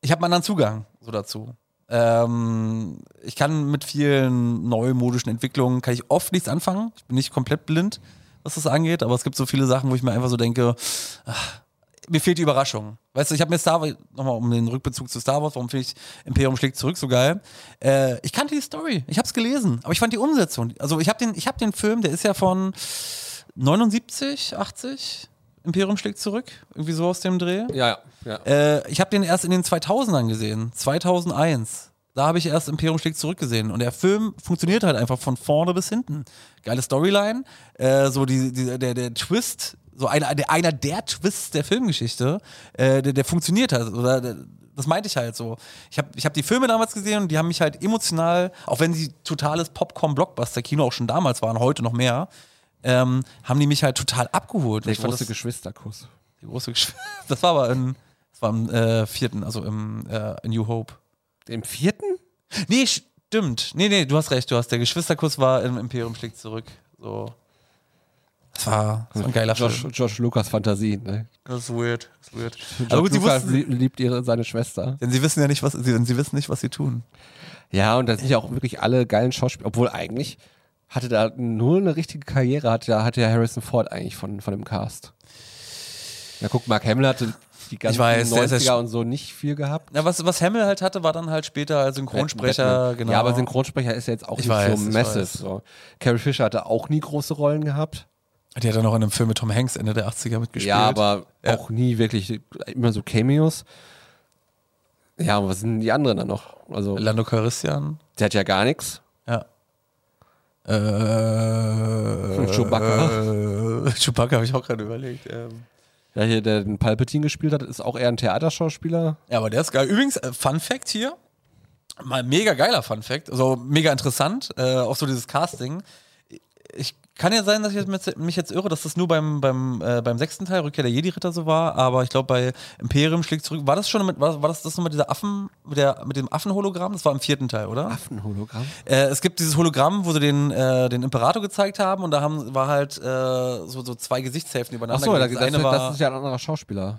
Ich habe einen anderen Zugang so dazu. Ähm, ich kann mit vielen neumodischen Entwicklungen kann ich oft nichts anfangen. Ich bin nicht komplett blind, was das angeht, aber es gibt so viele Sachen, wo ich mir einfach so denke, ah, mir fehlt die Überraschung. Weißt du, ich habe mir Star Wars, nochmal um den Rückbezug zu Star Wars, warum finde ich Imperium schlägt zurück so geil? Äh, ich kannte die Story, ich habe es gelesen, aber ich fand die Umsetzung, also ich habe den, ich hab den Film, der ist ja von 79, 80, Imperium schlägt zurück, irgendwie so aus dem Dreh. Ja, ja. ja. Äh, ich habe den erst in den 2000ern gesehen, 2001. Da habe ich erst Imperium schlägt zurück gesehen. Und der Film funktioniert halt einfach von vorne bis hinten. Geile Storyline, äh, so die, die, der, der Twist, so einer der, einer der Twists der Filmgeschichte, äh, der, der funktioniert halt. Oder der, das meinte ich halt so. Ich habe ich hab die Filme damals gesehen und die haben mich halt emotional, auch wenn sie totales Popcorn-Blockbuster-Kino auch schon damals waren, heute noch mehr, ähm, haben die mich halt total abgeholt. Der Ich fand große das- Geschwisterkuss. die große Gesch Das war aber im, das war im äh, vierten, also im äh, in New Hope. Im vierten? Nee, stimmt. Nee, nee, du hast recht, du hast. Der Geschwisterkuss war im Imperium schlägt zurück. So. Das war, das war ein geiler Josh, Film. Josh Lucas Fantasien, ne? Also, Das ist weird. Das ist weird. Josh Aber gut, sie Lucas wussten, lie- liebt ihre, seine Schwester. denn sie wissen ja nicht, was sie, denn sie wissen nicht, was sie tun. Ja, und da sind ja auch wirklich alle geilen Schauspieler, obwohl eigentlich hatte da nur eine richtige Karriere, hatte, da hatte ja Harrison Ford eigentlich von, von dem Cast. Na guck, Mark Hamill hatte die ganzen weiß, der ist ja 90er und so nicht viel gehabt. Na, was, was Hamill halt hatte, war dann halt später als Synchronsprecher, Batman. genau. Ja, aber Synchronsprecher ist ja jetzt auch Ich nicht weiß, so ich massive. weiß. So. Carrie Fisher hatte auch nie große Rollen gehabt. Die hat dann auch in einem Film mit Tom Hanks Ende der 80er mitgespielt. Ja, aber auch nie wirklich, immer so Cameos. Ja, und was sind die anderen dann noch? Also, Lando Calrissian. der hat ja gar nichts. Ja. Äh, Und Chewbacca. Äh, Chewbacca habe ich auch gerade überlegt. Ähm. Der hier, der den Palpatine gespielt hat, ist auch eher ein Theaterschauspieler. Ja, aber der ist geil. Übrigens, äh, Fun Fact hier. Mal mega geiler Fun Fact. Also mega interessant. Äh, auch so dieses Casting. Ich kann ja sein, dass ich jetzt mit, mich jetzt irre, dass das nur beim, beim, äh, beim sechsten Teil Rückkehr der Jedi-Ritter so war, aber ich glaube bei Imperium schlägt zurück. War das schon mit, war, war das das nochmal dieser Affen, mit, der, mit dem Affenhologramm? Das war im vierten Teil, oder? Affenhologramm? Äh, es gibt dieses Hologramm, wo sie den, äh, den Imperator gezeigt haben und da haben, war halt äh, so, so zwei Gesichtshälften übereinander. Achso, das, gelegt. das, das ist ja ein anderer Schauspieler.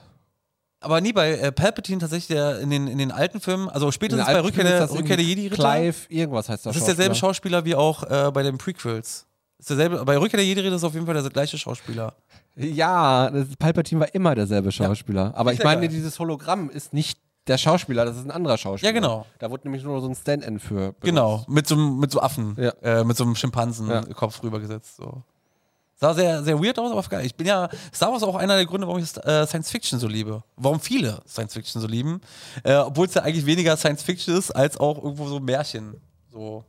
aber nie bei äh, Palpatine tatsächlich der, in, den, in den alten Filmen, also In spätestens alten bei Rückkehr Filmen ist der, das Rückkehr der irgendwie Jedi-Ritter. Clive, irgendwas heißt der Das ist derselbe Schauspieler wie auch äh, bei den Prequels. Ist derselbe, bei Rückkehr der Jedi-Ritter ist auf jeden Fall der gleiche Schauspieler. Ja, das, Palpatine war immer derselbe Schauspieler. Aber ich ja meine, geil. dieses Hologramm ist nicht der Schauspieler, das ist ein anderer Schauspieler. Ja, genau. Da wurde nämlich nur so ein Stand-In für. benutzt. Genau, mit so, einem- mit so Affen, Ja. äh, mit so einem Schimpansenkopf rübergesetzt. So. Sah sehr, sehr weird aus, aber geil. Ich bin ja, Star Wars ist auch einer der Gründe, warum ich äh, Science Fiction so liebe. Warum viele Science Fiction so lieben. Äh, Obwohl es ja eigentlich weniger Science Fiction ist, als auch irgendwo so Märchen. So.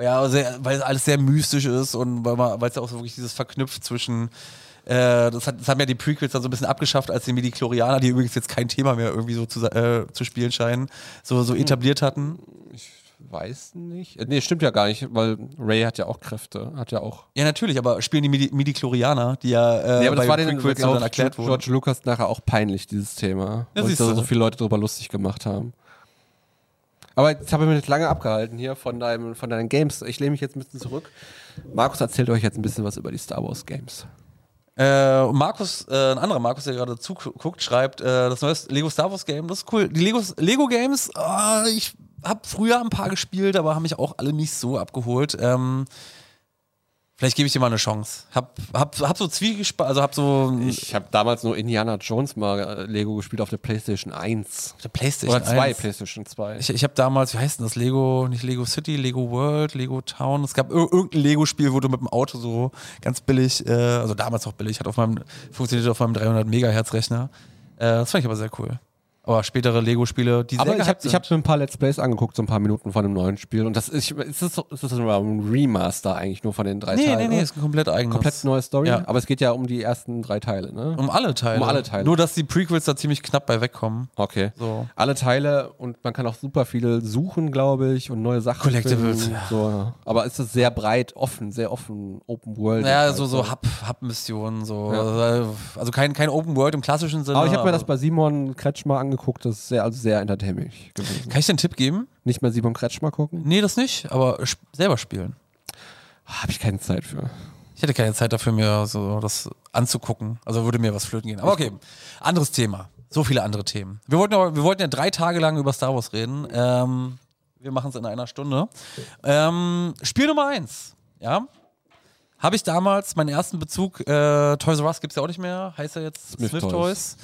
Ja, sehr, weil alles sehr mystisch ist und weil man- weil es ja auch so wirklich dieses verknüpft zwischen. Äh, das, hat, das haben ja die Prequels dann so ein bisschen abgeschafft, als die Midi-Chlorianer, die übrigens jetzt kein Thema mehr irgendwie so zu, äh, zu spielen scheinen, so, Hm. so etabliert hatten. Weiß nicht. Äh, Nee, stimmt ja gar nicht, weil Ray hat ja auch Kräfte. Hat ja auch. Ja, natürlich, aber spielen die Midi- Midi-Chlorianer, die ja äh, nee, aber das bei war den Prequels glaub dann ich, erklärt wurden. George Lucas nachher auch peinlich, dieses Thema. Ja, weil sich siehst da du. so viele Leute drüber lustig gemacht haben. Aber jetzt habe ich mich jetzt lange abgehalten hier von, deinem, von deinen Games. Ich lehne mich jetzt ein bisschen zurück. Markus erzählt euch jetzt ein bisschen was über die Star Wars Games. Äh, und Markus, äh, ein anderer Markus, der gerade zuguckt, schreibt, äh, das neue Lego Star Wars Game, das ist cool. Die Legos, Lego Games, ah, ich habe früher ein paar gespielt, aber haben mich auch alle nicht so abgeholt. Ähm, vielleicht gebe ich dir mal eine Chance. Hab, hab, hab so Zwiegespalt, also hab so Ich habe damals nur Indiana Jones mal äh, Lego gespielt auf der PlayStation 1. der Playstation Oder 2, 1. PlayStation 2. Ich, ich habe damals, wie heißt denn das? Lego, nicht Lego City, Lego World, Lego Town. Es gab ir irgendein Lego-Spiel, wo du mit dem Auto so ganz billig, äh, also damals noch billig, hat auf meinem, funktioniert auf meinem 300 Megahertz Rechner. Äh, das fand ich aber sehr cool. Aber spätere Lego-Spiele, die aber sehr ich habe gehypt ich sind. hab mir ein paar Let's Plays angeguckt, so ein paar Minuten von einem neuen Spiel. Und das ist, es ist, so- es ist sogar ein Remaster eigentlich nur von den drei Nee, nee, Teilen. nee, oder? ist ein komplett eigenes. Komplett neue Story. Ja. Aber es geht ja um die ersten drei Teile, ne? Um alle Teile. Um alle Teile. Nur, dass die Prequels da ziemlich knapp bei wegkommen. Okay. So. Alle Teile und man kann auch super viel suchen, glaube ich, und neue Sachen. Collectibles, finden, ja. So, ja. Aber es ist sehr breit, offen, sehr offen, Open World. Ja, halt, so, so Hub- Hub-Missionen, so. Ja. Also kein, kein Open World im klassischen Sinne. Aber ich habe mir das bei Simon Kretschmer angeguckt, das ist sehr, also sehr entertaining gewesen. Kann ich dir einen Tipp geben? Nicht mal Simon Kretschmer gucken? Nee, das nicht, aber sp- selber spielen. Habe ich keine Zeit für. Ich hätte keine Zeit dafür, mir so das anzugucken. Also würde mir was flöten gehen. Aber okay, anderes Thema. So viele andere Themen. Wir wollten, aber, wir wollten ja drei Tage lang über Star Wars reden. Ähm, wir machen es in einer Stunde. Ähm, Spiel Nummer eins. Ja. Habe ich damals meinen ersten Bezug, äh, Toys R Us gibt es ja auch nicht mehr, heißt ja jetzt Smith Smith, Toys. Toys.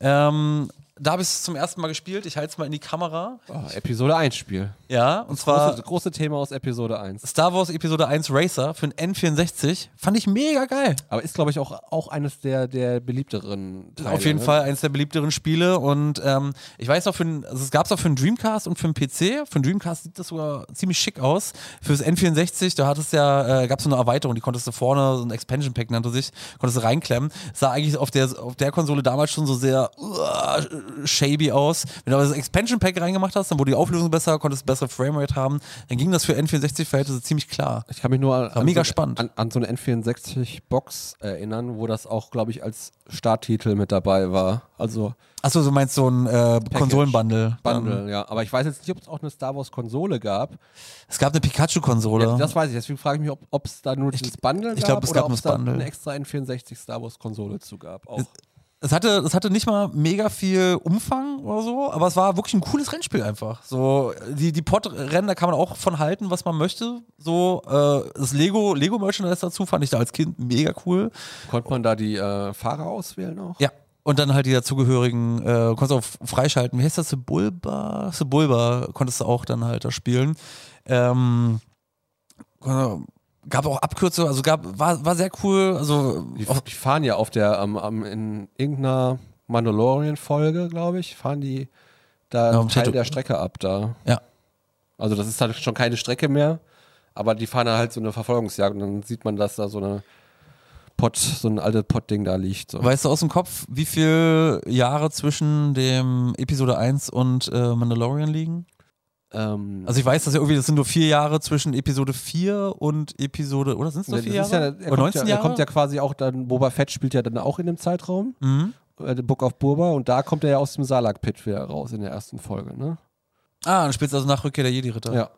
Ähm, Da habe ich es zum ersten Mal gespielt. Ich halte es mal in die Kamera. Oh, Episode 1 Spiel. Ja, und zwar Große, große Thema aus Episode 1. Star Wars Episode 1 Racer für den N64. Fand ich mega geil. Aber ist, glaube ich, auch, auch eines der, der beliebteren Teile, Auf jeden ne? Fall eines der beliebteren Spiele und ähm, ich weiß noch, für den- also es gab es auch für den Dreamcast und für den PC. Für den Dreamcast sieht das sogar ziemlich schick aus. Für das N64, da hattest ja, äh, gab es so eine Erweiterung, die konntest du vorne, so ein Expansion Pack nannte sich, konntest du reinklemmen. Sah eigentlich auf der, auf der Konsole damals schon so sehr uh, shabby aus. Wenn du aber das Expansion Pack reingemacht hast, dann wurde die Auflösung besser, konntest bessere Framerate haben, dann ging das für N64-Verhältnisse ziemlich klar. Ich kann mich nur an, an, mega so, spannend. An, an so eine N64-Box erinnern, wo das auch, glaube ich, als Starttitel mit dabei war. Also Achso, du meinst so ein äh, Konsolenbundle. Bundle, ja. Aber ich weiß jetzt nicht, ob es auch eine Star Wars-Konsole gab. Es gab eine Pikachu-Konsole. Ja, das weiß ich, deswegen frage ich mich, ob es da nur dieses Bundle gab ich glaub, es oder gab ob nur es das da Bundle. eine extra N64 Star Wars-Konsole zu gab. Auch. es hatte, es hatte nicht mal mega viel Umfang oder so, aber es war wirklich ein cooles Rennspiel einfach. So, die, die Pod-Rennen, da kann man auch von halten, was man möchte. So, äh, das Lego, Lego-Merchandise dazu fand ich da als Kind mega cool. Konnte man da die äh, Fahrer auswählen auch? Ja. Und dann halt die dazugehörigen, äh, konntest du auch freischalten. Wie heißt das? Sebulba? Sebulba konntest du auch dann halt da spielen. Ähm, äh, gab auch Abkürzungen, also gab, war, war sehr cool. Also, Die, auf- die fahren ja auf der, ähm, ähm, in irgendeiner Mandalorian-Folge, glaube ich, fahren die da Ja, einen auf Teil Tatoo- der Strecke ab da. ja. Also das ist halt schon keine Strecke mehr, aber die fahren da halt so eine Verfolgungsjagd und dann sieht man, dass da so eine Pott, so ein altes Pottding da liegt. So. Weißt du aus dem Kopf, wie viele Jahre zwischen dem Episode 1 und äh, Mandalorian liegen? Ähm, Also ich weiß, dass ja irgendwie, das sind nur vier Jahre zwischen Episode 4 und Episode, oder sind es nur ne, vier das ist Jahre? Ja, er, oder kommt 19 ja, er Jahre? kommt ja quasi auch dann, Boba Fett spielt ja dann auch in dem Zeitraum, mhm. äh, The Book of Boba, und da kommt er ja aus dem Salak-Pit wieder raus in der ersten Folge, ne? Ah, dann spielst du also nach Rückkehr der Jedi-Ritter. Ja.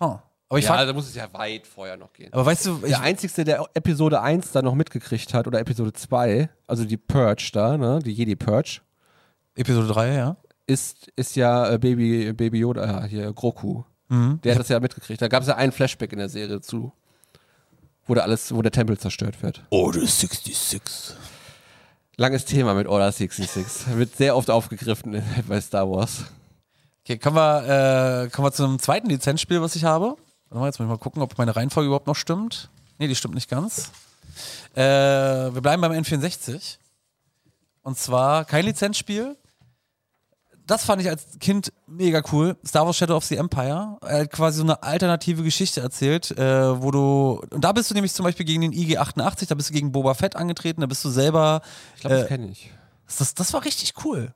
Oh. Aber ich ja, frag, da muss es ja weit vorher noch gehen. aber weißt du, ich, der Einzige, der Episode 1 da noch mitgekriegt hat, oder Episode 2, also die Purge da, ne, die Jedi Purge, Episode 3, ja. ist, ist ja äh, Baby, Baby Yoda, äh, hier Groku. Mhm. Der hat das ja mitgekriegt. Da gab es ja einen Flashback in der Serie zu, wo, da alles, wo der Tempel zerstört wird. Order 66. Langes Thema mit Order 66. wird sehr oft aufgegriffen in, bei Star Wars. Okay, kommen wir, äh, kommen wir zum zweiten Lizenzspiel, was ich habe. Warte mal, Jetzt muss ich mal gucken, ob meine Reihenfolge überhaupt noch stimmt. Nee, die stimmt nicht ganz. Äh, wir bleiben beim N64. Und zwar kein Lizenzspiel. Das fand ich als Kind mega cool. Star Wars Shadow of the Empire. Er hat quasi so eine alternative Geschichte erzählt, äh, wo du. Und da bist du nämlich zum Beispiel gegen den IG-88, da bist du gegen Boba Fett angetreten, da bist du selber. Ich glaube, das Äh, kenne ich. Das, das war richtig cool.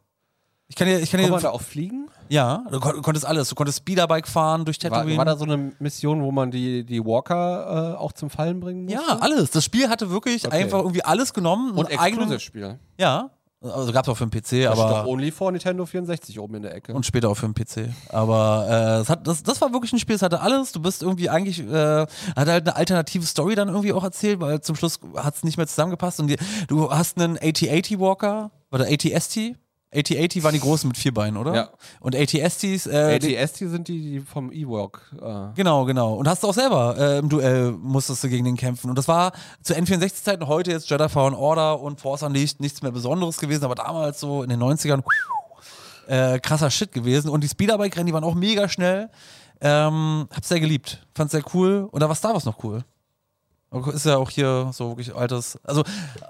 Ich kann dir, ich kann Kann dir man da auch fliegen? ja, du kon konntest alles. Du konntest Speederbike fahren durch War, Tatooine. war da so eine Mission, wo man die, die Walker äh, auch zum Fallen bringen musste? ja, alles. Das Spiel hatte wirklich Okay. einfach irgendwie alles genommen. Und einen eigenen- Exclusive-Spiel. Ja, also gab's auch für den PC, Das steht doch aber only vor Nintendo 64 oben in der Ecke. und später auch für den PC. Aber äh, es hat, das, das war wirklich ein Spiel, es hatte alles. Du bist irgendwie eigentlich, äh, hat halt eine alternative Story dann irgendwie auch erzählt, weil zum Schluss hat's nicht mehr zusammengepasst. Und die, du hast einen AT-AT-Walker oder AT-ST. AT-AT waren die großen mit vier Beinen, oder? Ja. Und AT-STs, äh, die- ATST sind die, die vom Ewok. Äh, Genau, genau. Und hast du auch selber äh, im Duell musstest du gegen den kämpfen. Und das war zu N64-Zeiten heute jetzt Jedi Fallen Order und Force Unleashed nichts mehr Besonderes gewesen, aber damals so in den 90ern äh, krasser Shit gewesen. Und die Speederbike-Rennen, die waren auch mega schnell. Ähm, hab's sehr geliebt. Fand's sehr cool. Und da war Star Wars noch cool. Okay, Ist ja auch hier so wirklich altes. Also,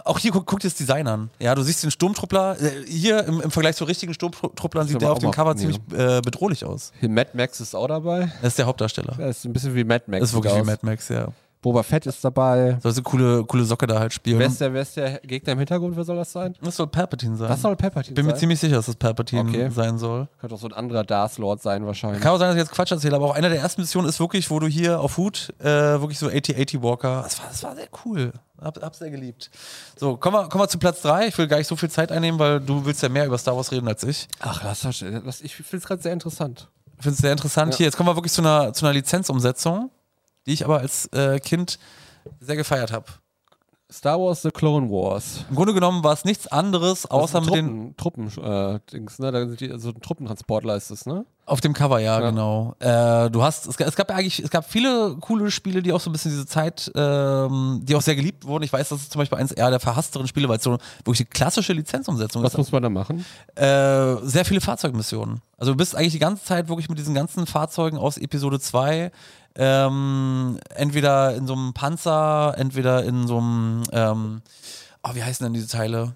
auch hier guck, guck dir das Design an. Ja, du siehst den Sturmtruppler. Äh, hier im, im Vergleich zu richtigen Sturmtrupplern sieht aber der auf auch dem mal- Cover nee. ziemlich äh, bedrohlich aus. Mad Max ist auch dabei. Das ist der Hauptdarsteller. Das ist ein bisschen wie Mad Max. Das ist wirklich sieht wie aus. Mad Max, ja. Boba Fett ist dabei. Soll so coole, coole Socke da halt spielen. Wer ist, der, wer ist der Gegner im Hintergrund? Wer soll das sein? Das soll Palpatine sein. Das soll Palpatine Bin mir sein? ziemlich sicher, dass das Palpatine Okay. sein soll. Könnte auch so ein anderer Darth Lord sein wahrscheinlich. Kann auch sein, dass ich jetzt Quatsch erzähle, aber auch einer der ersten Missionen ist wirklich, wo du hier auf Hut äh, wirklich so 80-80 Walker. Das war, das war sehr cool. Hab, hab sehr geliebt. So, kommen wir, kommen wir zu Platz 3. Ich will gar nicht so viel Zeit einnehmen, weil du willst ja mehr über Star Wars reden als ich. Ach, lass das. Lass, ich finde es gerade sehr interessant. Ich finde es sehr interessant. Hier, jetzt kommen wir wirklich zu einer, zu einer Lizenzumsetzung, die ich aber als äh, Kind sehr gefeiert habe. Star Wars The Clone Wars. Im Grunde genommen war es nichts anderes, außer mit den. Truppen, Truppen, äh, Dings, ne? Da sind die, so ein Truppentransportler ist das, ne? Auf dem Cover, ja, genau. Äh, du hast, es, ga- es gab ja eigentlich, es gab viele coole Spiele, die auch so ein bisschen diese Zeit, ähm, die auch sehr geliebt wurden. Ich weiß, das ist zum Beispiel eins eher der verhassteren Spiele, weil es so wirklich eine klassische Lizenzumsetzung Was ist. muss man da machen? Äh, sehr viele Fahrzeugmissionen. Also du bist eigentlich die ganze Zeit wirklich mit diesen ganzen Fahrzeugen aus Episode 2 ähm, entweder in so einem Panzer, entweder in so einem, ähm, oh, wie heißen denn diese Teile?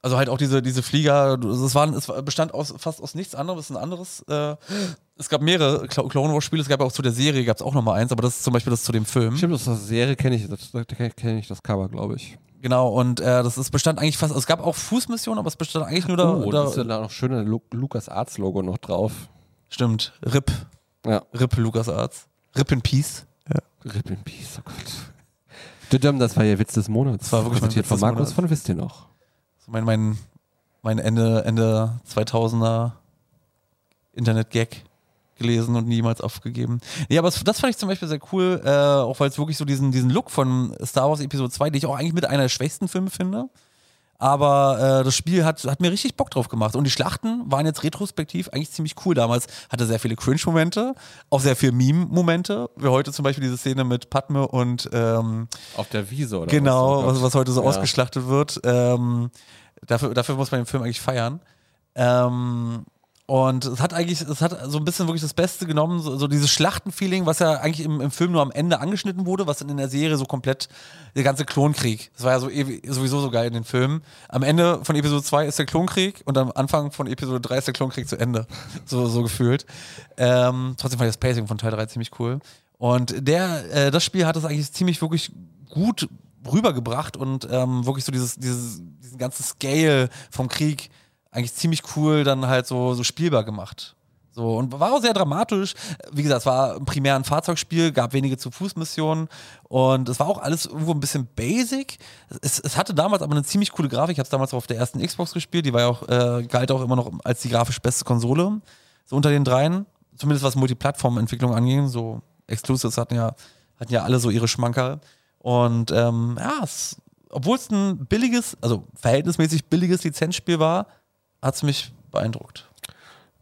Also halt auch diese, diese Flieger, du- also es, waren, es war- bestand aus, fast aus nichts anderem, es ist ein anderes. Äh, es gab mehrere Clo- Clone Wars Spiele, es gab ja auch zu der Serie, gab es auch nochmal eins, aber das ist zum Beispiel das zu dem Film. Stimmt, das ist aus der Serie kenne ich, das, da kenne ich das Cover, glaube ich. Genau, und äh, das ist bestand eigentlich fast, also es gab auch Fußmissionen, aber es bestand eigentlich nur da. oh, da da ist ja da noch schöne Lu Lukas Arts Logo noch drauf. stimmt, RIP. Ja. Rip Lukas Arzt. Rip in Peace. Rip in Peace, oh Gott. Düdüm, das war ja Witz des Monats. Das war wirklich mein Präsentiert Witz von des Markus Monats. von Wisst ihr noch? So mein, mein, mein Ende, Ende 2000er Internet-Gag gelesen und niemals aufgegeben. Ja, aber das, das fand ich zum Beispiel sehr cool, äh, auch weil es wirklich so diesen, diesen Look von Star Wars Episode 2, den ich auch eigentlich mit einer der schwächsten Filme finde. Aber äh, das Spiel hat, hat mir richtig Bock drauf gemacht. Und die Schlachten waren jetzt retrospektiv eigentlich ziemlich cool damals. Hatte sehr viele Cringe-Momente, auch sehr viele Meme-Momente. Wie heute zum Beispiel diese Szene mit Padme und ähm, Auf der Wiese, oder? Oh Genau, was, was heute so Ja. ausgeschlachtet wird. Ähm, dafür, dafür muss man den Film eigentlich feiern. Ähm, und es hat eigentlich, es hat so ein bisschen wirklich das Beste genommen, so, so dieses Schlachtenfeeling, was ja eigentlich im, im Film nur am Ende angeschnitten wurde, was dann in der Serie so komplett, der ganze Klonkrieg, das war ja so, ewi- sowieso so geil in den Filmen. Am Ende von Episode 2 ist der Klonkrieg und am Anfang von Episode 3 ist der Klonkrieg zu Ende. So, so gefühlt. Ähm, trotzdem fand ich das Pacing von Teil 3 ziemlich cool. Und der, äh, das Spiel hat es eigentlich ziemlich wirklich gut rübergebracht und ähm, wirklich so dieses, dieses, diesen ganzen Scale vom Krieg eigentlich ziemlich cool dann halt so, so spielbar gemacht. So, und war auch sehr dramatisch. Wie gesagt, es war primär ein Fahrzeugspiel, gab wenige Zu-Fuß-Missionen und es war auch alles irgendwo ein bisschen basic. Es, es hatte damals aber eine ziemlich coole Grafik. Ich habe es damals auch auf der ersten Xbox gespielt, die war ja auch, äh, galt auch immer noch als die grafisch beste Konsole. So unter den dreien, zumindest was Multiplattform-Entwicklung anging. So Exclusives hatten ja, hatten ja alle so ihre Schmankerl. Und ähm, ja, es, obwohl es ein billiges, also verhältnismäßig billiges Lizenzspiel war, hat es mich beeindruckt.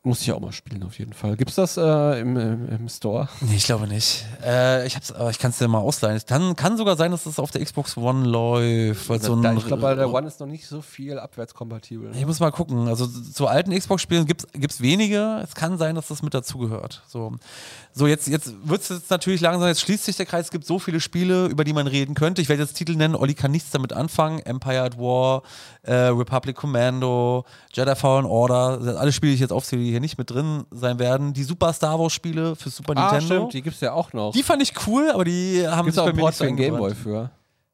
Muss ich auch mal spielen, auf jeden Fall. Gibt's das äh, im, im, im Store? Nee, ich glaube nicht. Äh, ich hab's, aber ich kann es dir mal ausleihen. Es kann, kann sogar sein, dass es auf der Xbox One läuft. Weil so ein, Da- ich glaube, bei der One ist noch nicht so viel abwärtskompatibel. Ich muss mal gucken. Also zu alten Xbox-Spielen gibt's gibt's wenige. Es kann sein, dass das mit dazugehört. So, so jetzt, jetzt wird's jetzt natürlich langsam, jetzt schließt sich der Kreis. Es gibt so viele Spiele, über die man reden könnte. Ich werde jetzt Titel nennen. Olli kann nichts damit anfangen. Empire at War, äh, Republic Commando, Jedi Fallen Order. Das sind alle Spiele, die ich jetzt aufzähle, die hier nicht mit drin sein werden. Die Super Star Wars-Spiele für Super ah, Nintendo. stimmt, die gibt's ja auch noch. Die fand ich cool, aber die haben gibt's sich auch bei einen mir Port nicht für den eingebrannt. Gameboy für.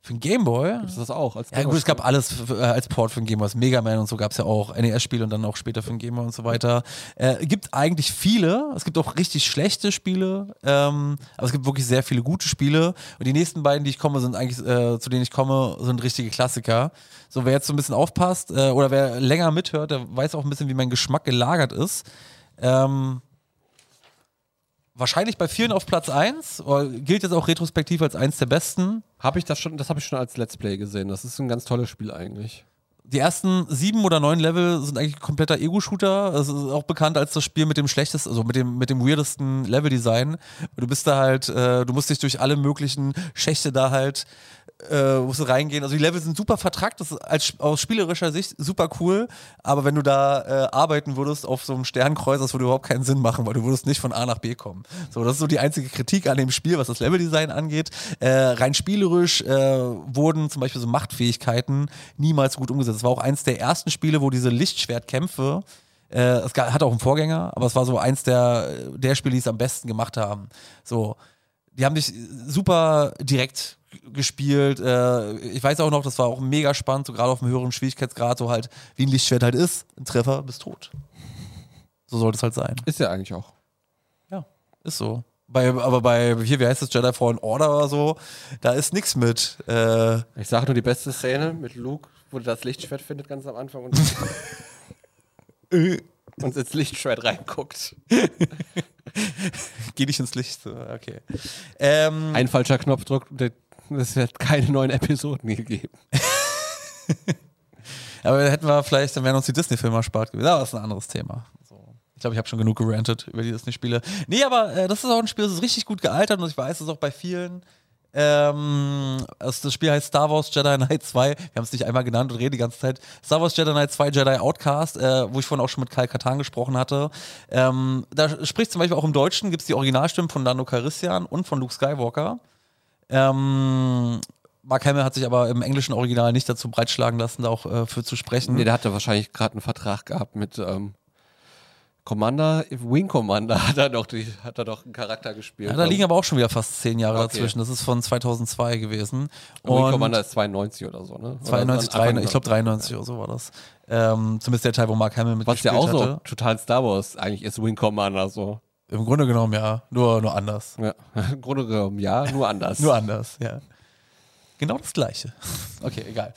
Für den Gameboy? Ist das auch? Als Ja gut, es gab alles für, äh, als Port für den Gameboy. Das Mega Man und so gab es ja auch. NES-Spiele und dann auch später für den Gameboy und so weiter. Äh, gibt eigentlich viele. Es gibt auch richtig schlechte Spiele. Ähm, aber es gibt wirklich sehr viele gute Spiele. Und die nächsten beiden, die ich komme, sind eigentlich, äh, zu denen ich komme, sind richtige Klassiker. So, wer jetzt so ein bisschen aufpasst äh, oder wer länger mithört, der weiß auch ein bisschen, wie mein Geschmack gelagert ist. Ähm, wahrscheinlich bei vielen auf Platz 1, oder gilt jetzt auch retrospektiv als eins der besten. Habe ich das schon, das habe ich schon als Let's Play gesehen. Das ist ein ganz tolles Spiel eigentlich. Die ersten sieben oder neun Level sind eigentlich kompletter Ego-Shooter. Es ist auch bekannt als das Spiel mit dem schlechtesten, also mit dem, mit dem weirdesten Level-Design. Du bist da halt, äh, du musst dich durch alle möglichen Schächte da halt, äh, musst du reingehen. Also die Level sind super vertrackt, das ist als, aus spielerischer Sicht super cool. Aber wenn du da äh, arbeiten würdest auf so einem Sternkreuz, das würde überhaupt keinen Sinn machen, weil du würdest nicht von A nach B kommen. So, das ist so die einzige Kritik an dem Spiel, was das Leveldesign angeht. Äh, rein spielerisch äh, wurden zum Beispiel so Machtfähigkeiten niemals gut umgesetzt. Es war auch eins der ersten Spiele, wo diese Lichtschwertkämpfe äh, es ga- hat auch einen Vorgänger, aber es war so eins der, der Spiele, die es am besten gemacht haben. So, die haben dich super direkt gespielt. Äh, ich weiß auch noch, das war auch mega spannend, so gerade auf einem höheren Schwierigkeitsgrad, so halt, wie ein Lichtschwert halt ist. Ein Treffer, bist tot. So sollte es halt sein. Ist ja eigentlich auch. Ja, ist so. Bei, aber bei, hier, wie heißt das, Jedi Fallen Order oder so, da ist nichts mit. Äh, Ich sage nur die beste Szene mit Luke, wo er das Lichtschwert findet ganz am Anfang und, und ins Lichtschwert reinguckt. geh nicht ins Licht. Okay. Ähm, Ein falscher Knopfdruck und der Es wird keine neuen Episoden gegeben. Aber dann hätten wir vielleicht, dann wären uns die Disney-Filme erspart gewesen. Aber das ist ein anderes Thema. So. Ich glaube, ich habe schon genug gerantet über die Disney-Spiele. Nee, aber äh, das ist auch ein Spiel, das ist richtig gut gealtert und ich weiß es auch bei vielen. Ähm, also das Spiel heißt Star Wars Jedi Knight 2. Wir haben es nicht einmal genannt und reden die ganze Zeit. Star Wars Jedi Knight 2 Jedi Outcast, äh, wo ich vorhin auch schon mit Kyle Katan gesprochen hatte. Ähm, da spricht zum Beispiel auch im Deutschen, gibt es die Originalstimmen von Lando Calrissian und von Luke Skywalker. Ähm, Mark Hamill hat sich aber im englischen Original nicht dazu breitschlagen lassen, da auch äh, für zu sprechen. Nee, der hatte wahrscheinlich gerade einen Vertrag gehabt mit ähm, Commander, Wing Commander hat er doch, die, hat er doch einen Charakter gespielt. Ja, da liegen aber auch schon wieder fast zehn Jahre Okay. dazwischen. Das ist von 2002 gewesen. Ähm, Wing Und Commander ist 92 oder so, ne? Oder 92, Anfang- 93, ich glaube 93 oder so war das. Ähm, zumindest der Teil, wo Mark Hamill Was mitgespielt ja auch hatte. so total Star Wars eigentlich ist, Wing Commander so. Im Grunde genommen ja, nur, nur anders. Ja. Im Grunde genommen, ja, nur anders. Nur anders, ja. Genau das gleiche. Okay, egal.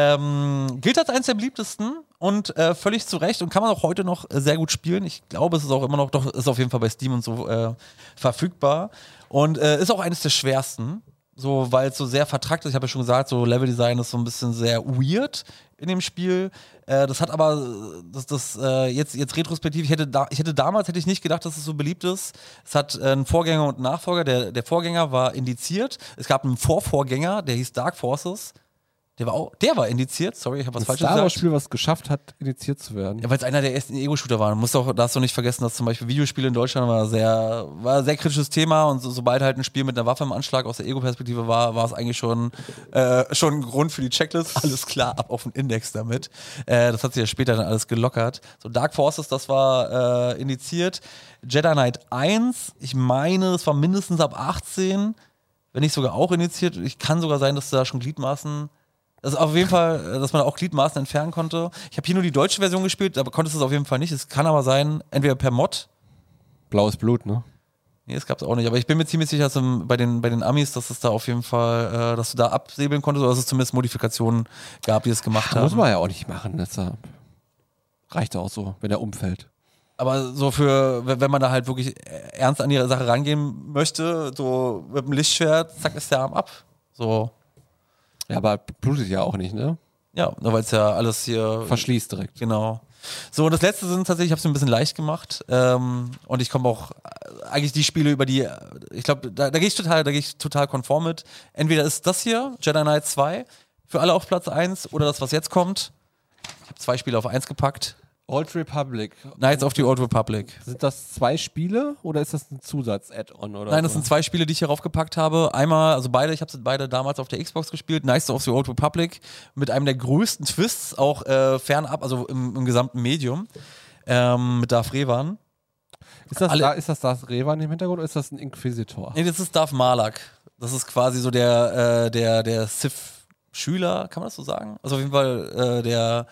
Ähm, gilt als eines der beliebtesten und äh, völlig zu Recht und kann man auch heute noch äh, sehr gut spielen. Ich glaube, es ist auch immer noch, doch, ist auf jeden Fall bei Steam und so äh, verfügbar. Und äh, ist auch eines der schwersten. So, weil es so sehr vertrackt ist. Ich habe ja schon gesagt, so Leveldesign ist so ein bisschen sehr weird in dem Spiel. Äh, das hat aber, äh, das, das äh, jetzt, jetzt retrospektiv, ich hätte, da, ich hätte damals hätte ich nicht gedacht, dass es so beliebt ist. Es hat äh, einen Vorgänger und einen Nachfolger. Der, der Vorgänger war indiziert. Es gab einen Vorvorgänger, der hieß Dark Forces. Der war auch, der war indiziert. Sorry, ich habe was Ein falsches Star Wars gesagt. Spiel, was geschafft hat, initiiert zu werden. Ja, weil es einer der ersten Ego-Shooter war. Du musst auch, darfst du nicht vergessen, dass zum Beispiel Videospiele in Deutschland war sehr, war ein sehr kritisches Thema und so, sobald halt ein Spiel mit einer Waffe im Anschlag aus der Ego-Perspektive war, war es eigentlich schon, äh, schon ein Grund für die Checklist. Alles klar, ab auf den Index damit. Äh, das hat sich ja später dann alles gelockert. So, Dark Forces, das war äh, indiziert. Jedi Knight 1, ich meine, es war mindestens ab 18, wenn nicht sogar auch indiziert. Ich kann sogar sein, dass da schon Gliedmaßen das ist auf jeden Fall, äh, dass man auch Gliedmaßen entfernen konnte. Ich habe hier nur die deutsche Version gespielt, aber konntest du es auf jeden Fall nicht. Es kann aber sein, entweder per Mod, Blaues Blut, ne? nee, das gab es auch nicht, aber ich bin mir ziemlich sicher, dass im, bei, den, bei den Amis, dass es da auf jeden Fall, äh, dass du da absäbeln konntest oder dass es zumindest Modifikationen gab, die es gemacht Muss haben. man ja auch nicht machen, deshalb. Reicht auch so, wenn er umfällt. Aber so für, wenn wenn man da halt wirklich äh, ernst an die Sache rangehen möchte, so mit dem Lichtschwert, zack, ist der Arm ab. So, Ja, aber blutet ja auch nicht, ne? ja, weil es ja alles hier Verschließt direkt. Genau. So, und das letzte sind tatsächlich, ich habe es ein bisschen leicht gemacht. Ähm, und ich komme auch äh, eigentlich die Spiele, über die, äh, ich glaube, da, da gehe ich total, da gehe ich total konform mit. Entweder ist das hier, Jedi Knight 2, für alle auf Platz 1 oder das, was jetzt kommt. Ich habe zwei Spiele auf 1 gepackt. Old Republic. Knights of the Old Republic. Sind das zwei Spiele oder ist das ein Zusatz-Add-on oder Nein, so? das sind zwei Spiele, die ich hier raufgepackt habe. Einmal, also beide, ich habe sie beide damals auf der Xbox gespielt, Nice of the Old Republic, mit einem der größten Twists, auch äh, fernab, also im, im gesamten Medium, ähm, mit Darth Revan. Ist das, alle- da, ist das das Revan im Hintergrund oder ist das ein Inquisitor? Nee, das ist Darth Malak. Das ist quasi so der, äh, der, der Sith-Schüler, kann man das so sagen? Also auf jeden Fall äh, der,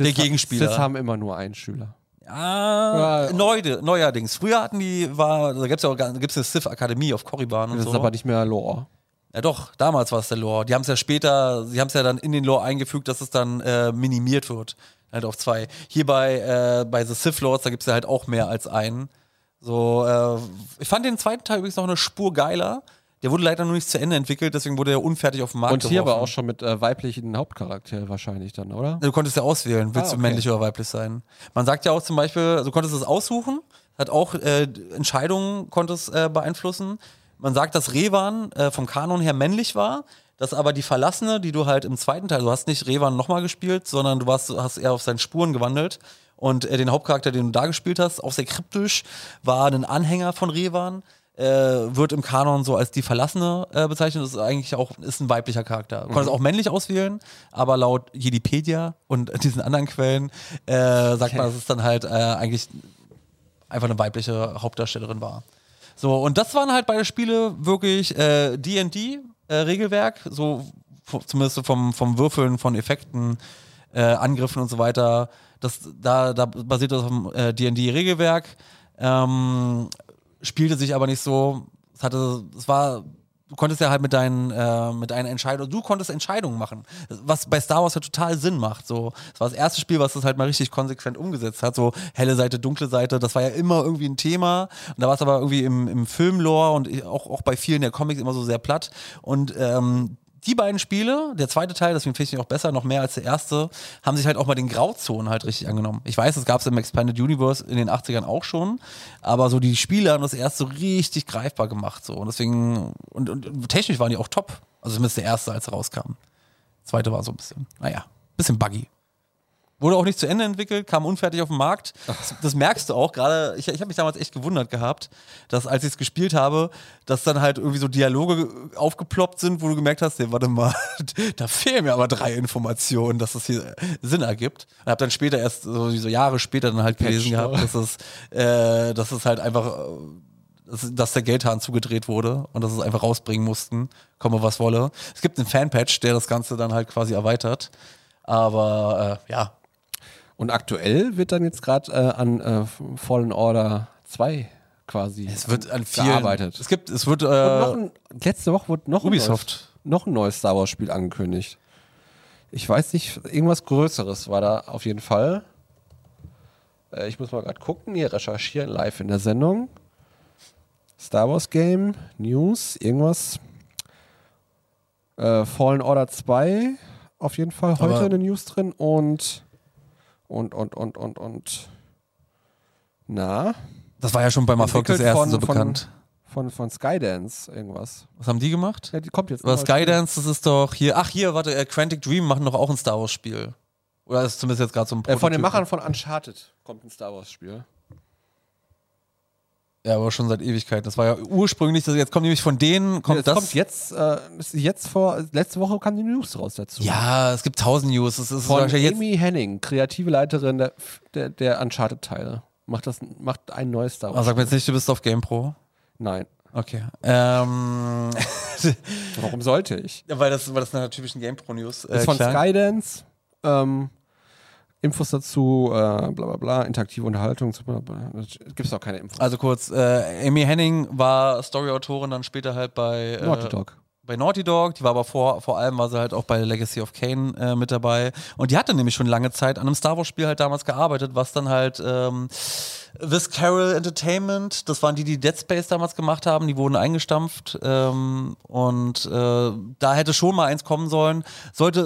der Gegenspieler. Sith haben immer nur einen Schüler. ah, Ja. neu, neuerdings. Früher hatten die, war, da gibt es ja auch gar- da gibt's eine Sith-Akademie auf Korriban und Das so. ist aber nicht mehr Lore. ja doch, damals war es der Lore. Die haben es ja später, sie haben es ja dann in den Lore eingefügt, dass es dann äh, minimiert wird. Halt auf zwei. Hier bei, äh, bei The Sith Lords, da gibt es ja halt auch mehr als einen. So, äh, ich fand den zweiten Teil übrigens noch eine Spur geiler. Der wurde leider noch nicht zu Ende entwickelt, deswegen wurde er unfertig auf den Markt Und hier aber geworfen. auch schon mit äh, weiblichen Hauptcharakter wahrscheinlich dann, oder? Also Du konntest ja auswählen, willst Ah, du okay. männlich oder weiblich sein. Man sagt ja auch zum Beispiel, also du konntest es aussuchen, hat auch äh, Entscheidungen konntest äh, beeinflussen. Man sagt, dass Revan äh, vom Kanon her männlich war, dass aber die Verlassene, die du halt im zweiten Teil, du hast nicht Revan nochmal gespielt, sondern du warst, hast eher auf seinen Spuren gewandelt. Und äh, den Hauptcharakter, den du da gespielt hast, auch sehr kryptisch, war ein Anhänger von Revan. Äh, wird im Kanon so als die Verlassene äh, bezeichnet. Das ist eigentlich auch ist ein weiblicher Charakter. Du konntest auch männlich auswählen, aber laut Jedipedia und diesen anderen Quellen äh, sagt man, dass es dann halt äh, eigentlich einfach eine weibliche Hauptdarstellerin war. So, und das waren halt beide Spiele wirklich äh, DD-Regelwerk, so fu- zumindest so vom, vom Würfeln von Effekten, äh, Angriffen und so weiter. Das, da, da basiert das auf dem äh, DD-Regelwerk. Ähm, spielte sich aber nicht so. Es, hatte, es war du konntest ja halt mit deinen, äh, mit deinen Entscheidungen, du konntest Entscheidungen machen, was bei Star Wars ja total Sinn macht. So, das war das erste Spiel, was das halt mal richtig konsequent umgesetzt hat. So helle Seite, dunkle Seite, das war ja immer irgendwie ein Thema. Und da war es aber irgendwie im, im Filmlore und auch, auch bei vielen der Comics immer so sehr platt. Und ähm, die beiden Spiele, der zweite Teil, deswegen finde ich ihn auch besser, noch mehr als der erste, haben sich halt auch mal den Grauzonen halt richtig angenommen. Ich weiß, das gab es im Expanded Universe in den 80ern auch schon, aber so die Spiele haben das erst so richtig greifbar gemacht. So. Und deswegen, und, und technisch waren die auch top. Also zumindest der erste, als er rauskam. Der zweite war so ein bisschen, naja, bisschen buggy. Wurde auch nicht zu Ende entwickelt, kam unfertig auf den Markt. Das, das merkst du auch gerade. Ich, ich habe mich damals echt gewundert gehabt, dass als ich es gespielt habe, dass dann halt irgendwie so Dialoge aufgeploppt sind, wo du gemerkt hast, nee, warte mal, da fehlen mir aber drei Informationen, dass das hier Sinn ergibt. Und habe dann später erst so, so Jahre später dann halt gelesen Patch, ne? gehabt, dass es, äh, dass es halt einfach, äh, dass, dass der Geldhahn zugedreht wurde und dass es einfach rausbringen mussten, komme was wolle. Es gibt einen Fanpatch, der das Ganze dann halt quasi erweitert. Aber äh, ja, Und aktuell wird dann jetzt gerade äh, an äh, Fallen Order 2 quasi Es wird an vielen gearbeitet. Es gibt, es wird äh, Und noch ein, letzte Woche wurde noch Ubisoft. ein neues, noch ein neues Star Wars Spiel angekündigt. Ich weiß nicht, irgendwas Größeres war da auf jeden Fall. Äh, ich muss mal gerade gucken, hier recherchieren live in der Sendung. Star Wars Game, News, irgendwas. Äh, Fallen Order 2, auf jeden Fall heute Aber- eine News drin und und und und und und. Na, das war ja schon beim Erfolg des entwickelt ersten von- so von- bekannt. Von, von Skydance, irgendwas. Was haben die gemacht? Ja, die kommt jetzt. Oder ein neues Spiel. Skydance, das ist doch hier. Ach hier, warte, äh, Quantic Dream machen doch auch ein Star Wars Spiel. Oder ist zumindest jetzt gerade so ein Äh, von Prototyp. den Machern von Uncharted kommt ein Star Wars Spiel. Ja, aber schon seit Ewigkeiten. Das war ja ursprünglich, das jetzt kommt nämlich von denen, kommt Kommt das das. kommt jetzt, äh, ist jetzt vor, letzte Woche kam die News raus dazu. Ja, es gibt tausend News. Es ist Von wahrscheinlich jetzt, Amy Henning, kreative Leiterin der, der, der Uncharted-Teile. Macht, das, macht ein neues Star oh, Wars. sag mir jetzt nicht, du bist auf GamePro. Nein. Okay. Ähm, Warum sollte ich? weil das, weil das nach der typischen GamePro News äh, ist von klang. Skydance. Ähm, Infos dazu, äh, bla bla bla, interaktive Unterhaltung. Gibt es auch keine Infos. Also kurz, äh, Amy Henning war Story-Autorin dann später halt bei äh, Naughty Dog. bei Naughty Dog, die war aber vor, vor allem war sie halt auch bei Legacy of Kane äh, mit dabei. Und die hatte nämlich schon lange Zeit an einem Star Wars-Spiel halt damals gearbeitet, was dann halt ähm, This Carol Entertainment, das waren die, die Dead Space damals gemacht haben, die wurden eingestampft. Ähm, und äh, da hätte schon mal eins kommen sollen. Sollte,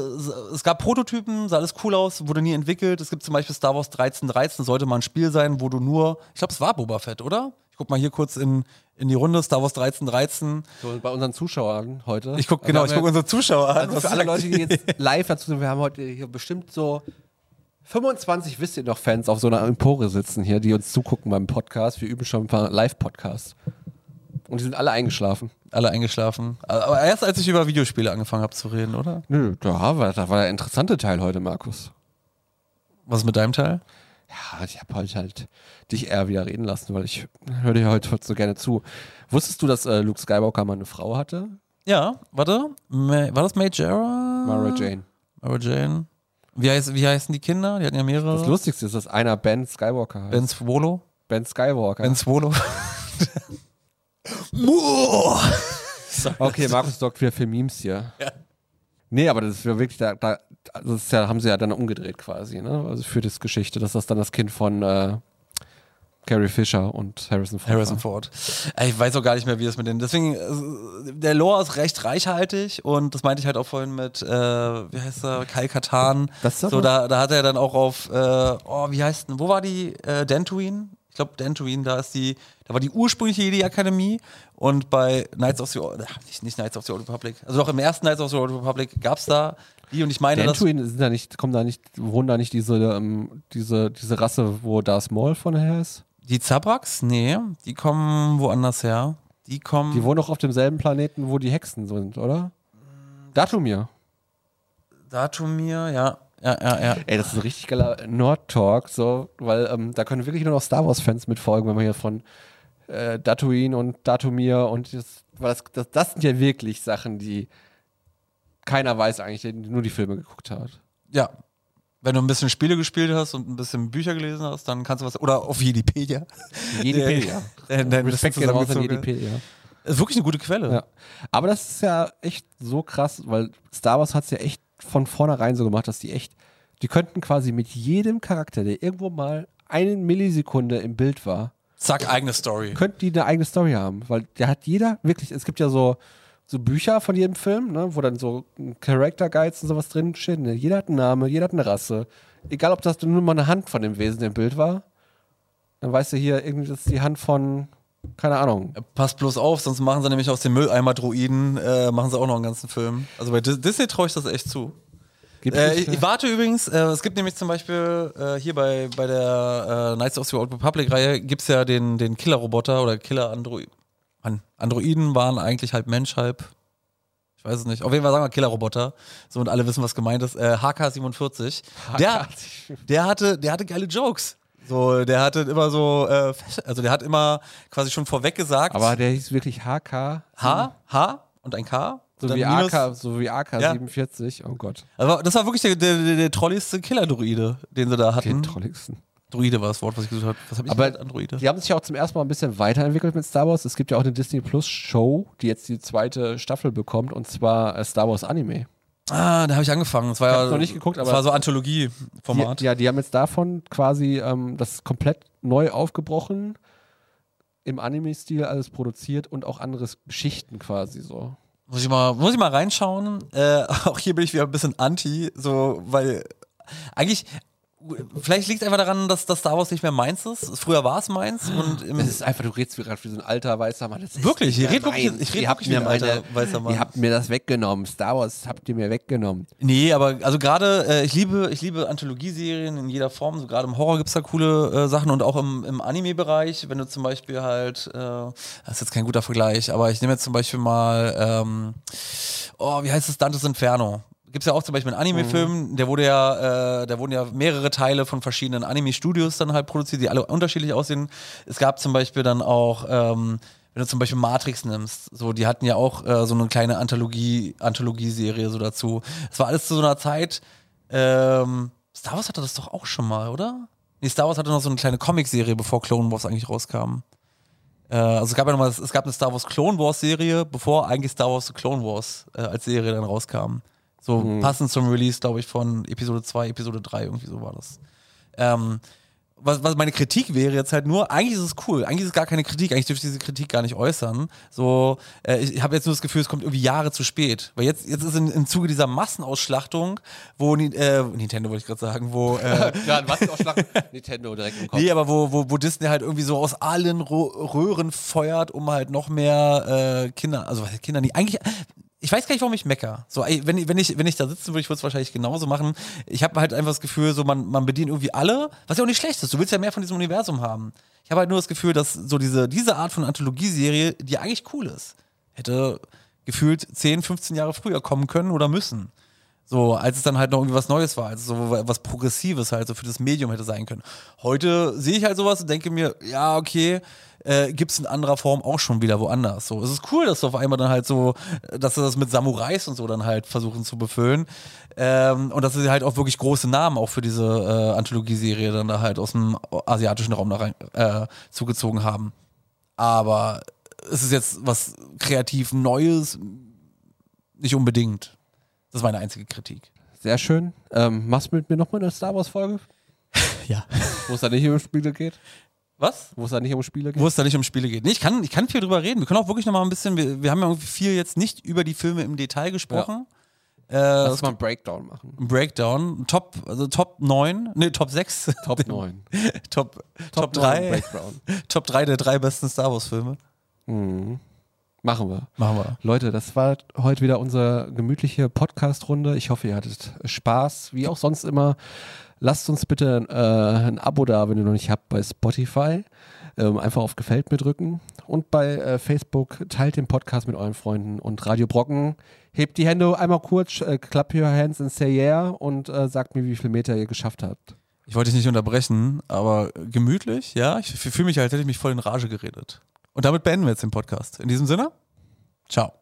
es gab Prototypen, sah alles cool aus, wurde nie entwickelt. Es gibt zum Beispiel Star Wars 1313, sollte mal ein Spiel sein, wo du nur, ich glaube, es war Boba Fett, oder? Ich guck mal hier kurz in, in die Runde, Star Wars 1313. So, bei unseren Zuschauern heute. Ich guck genau, ich Also haben guck wir- unsere Zuschauer an. Also was für alle sagt Leute, die? die jetzt live dazu sind, wir haben heute hier bestimmt so 25 wisst ihr noch Fans auf so einer Empore sitzen hier, die uns zugucken beim Podcast. Wir üben schon ein paar Live-Podcasts. Und die sind alle eingeschlafen. alle eingeschlafen. Aber erst als ich über Videospiele angefangen habe zu reden, oder? Nö, da haben wir, da war der interessante Teil heute, Markus. Was ist mit deinem Teil? Ja, ich habe heute halt dich eher wieder reden lassen, weil ich höre dir heute so gerne zu. Wusstest du, dass äh, Luke Skywalker mal eine Frau hatte? Ja, warte. Ma war das May Jara? Mara Jane. Mara Jane. Wie, heißt, wie heißen die Kinder? Die hatten ja mehrere. Das Lustigste ist, dass einer Ben Skywalker heißt. Ben Swolo. Ben Skywalker. Ben Swolo. Muah! Sorry. Okay, Markus sorgt wieder für Memes hier. Nee, aber das ist ja wirklich, da, da also das ist ja, haben sie ja dann umgedreht quasi, ne? Also für das Geschichte, dass das dann das Kind von äh, Carrie Fisher und Harrison Ford Harrison war. Ford. Äh, Ich weiß auch gar nicht mehr, wie es mit denen. Deswegen, äh, der Lore ist recht reichhaltig und das meinte ich halt auch vorhin mit, äh, wie heißt er, Kai Katan. Das ist aber- so, da, da hat er dann auch auf, äh, oh, wie heißt denn, wo war die? Äh, Dantooine? Ich glaube, Dantooine, da ist die, da war die ursprüngliche Jedi Akademie und bei Knights of the Old, nicht, nicht Knights of the Old Republic, also doch im ersten Knights of the Old Republic gab es da die und ich meine, dass. Dantooine sind da nicht, kommen da nicht, wohnen da nicht diese, ähm, diese, diese Rasse, wo Darth Maul von her ist? Die Zabraks? Nee, die kommen woanders her. Die kommen. Die wohnen doch auf demselben Planeten, wo die Hexen sind, oder? Datumir. Datumir, ja. Ja, ja, ja. Ey, das ist ein richtig geiler Nord-Talk, so, weil ähm, da können wirklich nur noch Star Wars-Fans mitfolgen, wenn wir hier von äh, Datuin und Datumir und das, weil das, das, das sind ja wirklich Sachen, die keiner weiß eigentlich, der nur die Filme geguckt hat. ja, wenn du ein bisschen Spiele gespielt hast und ein bisschen Bücher gelesen hast, dann kannst du was. Oder auf Wikipedia. Jedipedia. Dein- dein Wissen Respekt geht raus an zusammengezogen. Jedipedia. Das ist wirklich eine gute Quelle. Ja. Aber das ist ja echt so krass, weil Star Wars hat es ja echt von vornherein so gemacht, dass die echt, die könnten quasi mit jedem Charakter, der irgendwo mal eine Millisekunde im Bild war, Zack, eigene Story. könnten die eine eigene Story haben. Weil der hat jeder wirklich, es gibt ja so, so Bücher von jedem Film, ne, wo dann so Character Guides und sowas drin stehen. Ne? Jeder hat einen Namen, jeder hat eine Rasse. Egal, ob das nur mal eine Hand von dem Wesen im Bild war, dann weißt du hier, irgendwie, das ist die Hand von, keine Ahnung, Passt bloß auf, sonst machen sie nämlich aus dem Mülleimer Druiden, äh, machen sie auch noch einen ganzen Film. Also bei Dis- Disney traue ich das echt zu. Gibt Äh, nicht- ne? ich, ich warte übrigens, äh, es gibt nämlich zum Beispiel äh, hier bei, bei der äh, Knights of the Old Republic-Reihe gibt es ja den, den Killer-Roboter oder Killer-Androiden. Mann, Androiden waren eigentlich halb Mensch, halb. Ich weiß es nicht. Auf jeden Fall sagen wir Killer-Roboter. So und alle wissen, was gemeint ist. Äh, HK47. Der, der, hatte, der hatte geile Jokes. So, der hatte immer so, äh, also der hat immer quasi schon vorweg gesagt. Aber der hieß wirklich HK. H, H und ein K. So Dann wie, minus- AK, so wie AK Ja. 47. Oh Gott. Aber das war wirklich der, der, der, der trolligste Killer-Druide, den sie da hatten. Den trolligsten. Druide war das Wort, was ich gesucht habe. Was habe ich Aber gesagt? Androide? Die haben sich ja auch zum ersten Mal ein bisschen weiterentwickelt mit Star Wars. Es gibt ja auch eine Disney Plus Show, die jetzt die zweite Staffel bekommt, und zwar äh, Star Wars Anime. Ah, da habe ich angefangen. Es war ja hab's noch nicht geguckt, es aber- war so Die, Anthologie-Format. ja, die haben jetzt davon quasi ähm, das komplett neu aufgebrochen, im Anime-Stil alles produziert und auch andere Geschichten quasi so. Muss ich mal, muss ich mal reinschauen. Äh, auch hier bin ich wieder ein bisschen anti, so, weil eigentlich. Vielleicht liegt es einfach daran, dass das Star Wars nicht mehr meins ist. Früher war es meins und im, Es ist einfach, du redest wie gerade wie so ein alter weißer Mann. Das ist Wirklich, ich nicht mehr red wirklich- meins. ich red Ihr habt wirklich wie mir ein alter meine, weißer Mann. Ihr habt mir das weggenommen. Star Wars habt ihr mir weggenommen. Nee, aber also gerade, äh, ich liebe, ich liebe Anthologieserien in jeder Form. So gerade im Horror gibt's da coole äh, Sachen und auch im, im Anime-Bereich, wenn du zum Beispiel halt, äh, das ist jetzt kein guter Vergleich, aber ich nehme jetzt zum Beispiel mal, ähm, oh, wie heißt es, Dantes Inferno. Gibt's ja auch zum Beispiel einen Anime-Film, der wurde ja, äh, da wurden ja mehrere Teile von verschiedenen Anime-Studios dann halt produziert, die alle unterschiedlich aussehen. Es gab zum Beispiel dann auch, ähm, wenn du zum Beispiel Matrix nimmst, so, die hatten ja auch äh, so eine kleine Anthologie, Anthologieserie so dazu. Es war alles zu so einer Zeit, ähm, Star Wars hatte das doch auch schon mal, oder? Nee, Star Wars hatte noch so eine kleine Comic-Serie, bevor Clone Wars eigentlich rauskam. Äh, also es gab ja nochmal, es gab eine Star Wars Clone Wars Serie, bevor eigentlich Star Wars The Clone Wars äh, als Serie dann rauskam. So passend zum Release, glaube ich, von Episode 2, Episode 3, irgendwie so war das. Ähm, was, was meine Kritik wäre jetzt halt nur, eigentlich ist es cool, eigentlich ist es gar keine Kritik, eigentlich dürfte ich diese Kritik gar nicht äußern. So, äh, ich habe jetzt nur das Gefühl, es kommt irgendwie Jahre zu spät. Weil jetzt, jetzt ist in, im Zuge dieser Massenausschlachtung, wo Ni- äh, Nintendo wollte ich gerade sagen, wo äh, Gerade Wasserschlag Nintendo direkt im Kopf. Nee, aber wo, wo, wo Disney halt irgendwie so aus allen Ro Röhren feuert, um halt noch mehr äh, Kinder, also was heißt Kinder nicht, eigentlich, ich weiß gar nicht, warum ich mecker. So, ey, wenn, ich- wenn, ich, wenn ich da sitzen würde, ich würde es wahrscheinlich genauso machen. Ich habe halt einfach das Gefühl, so man, man bedient irgendwie alle, was ja auch nicht schlecht ist. Du willst ja mehr von diesem Universum haben. Ich habe halt nur das Gefühl, dass so diese, diese Art von Anthologieserie, die eigentlich cool ist, hätte gefühlt 10, 15 Jahre früher kommen können oder müssen. So, als es dann halt noch irgendwie was Neues war, als es so was Progressives halt so für das Medium hätte sein können. Heute sehe ich halt sowas und denke mir, ja, okay, äh, gibt's in anderer Form auch schon wieder woanders. So, es ist cool, dass du auf einmal dann halt so, dass sie das mit Samurais und so dann halt versuchen zu befüllen. Ähm, und dass sie halt auch wirklich große Namen auch für diese äh, Anthologieserie dann da halt aus dem asiatischen Raum da rein äh, zugezogen haben. Aber es ist jetzt was kreativ Neues, nicht unbedingt. Das ist meine einzige Kritik. Sehr schön. Ähm, machst du mit mir nochmal eine Star Wars-Folge? Ja. Wo es da nicht um Spiele geht? Was? Wo es da nicht um Spiele geht? Wo es da nicht um Spiele geht. Nee, ich kann, ich kann viel drüber reden. Wir können auch wirklich nochmal ein bisschen, wir, wir haben ja irgendwie viel jetzt nicht über die Filme im Detail gesprochen. Äh, Lass mal einen Breakdown machen. ein Breakdown, Top, also Top 9, nee, Top 6, Top 9. Top, Genau. Top, neun 3, Breakdown. Top 3 der drei besten Star Wars Filme. Machen wir. Machen wir. Leute, das war heute wieder unsere gemütliche Podcast-Runde. Ich hoffe, ihr hattet Spaß, wie auch sonst immer. Lasst uns bitte äh, ein Abo da, wenn ihr noch nicht habt, bei Spotify. Ähm, einfach auf Gefällt mir drücken. Und bei äh, Facebook teilt den Podcast mit euren Freunden. Und Radio Brocken, hebt die Hände einmal kurz, äh, clap your hands and say yeah und äh, sagt mir, wie viel Meter ihr geschafft habt. Ich wollte dich nicht unterbrechen, aber gemütlich, ja. Ich fühle mich, als hätte ich mich voll in Rage geredet. Und damit beenden wir jetzt den Podcast. In diesem Sinne, ciao.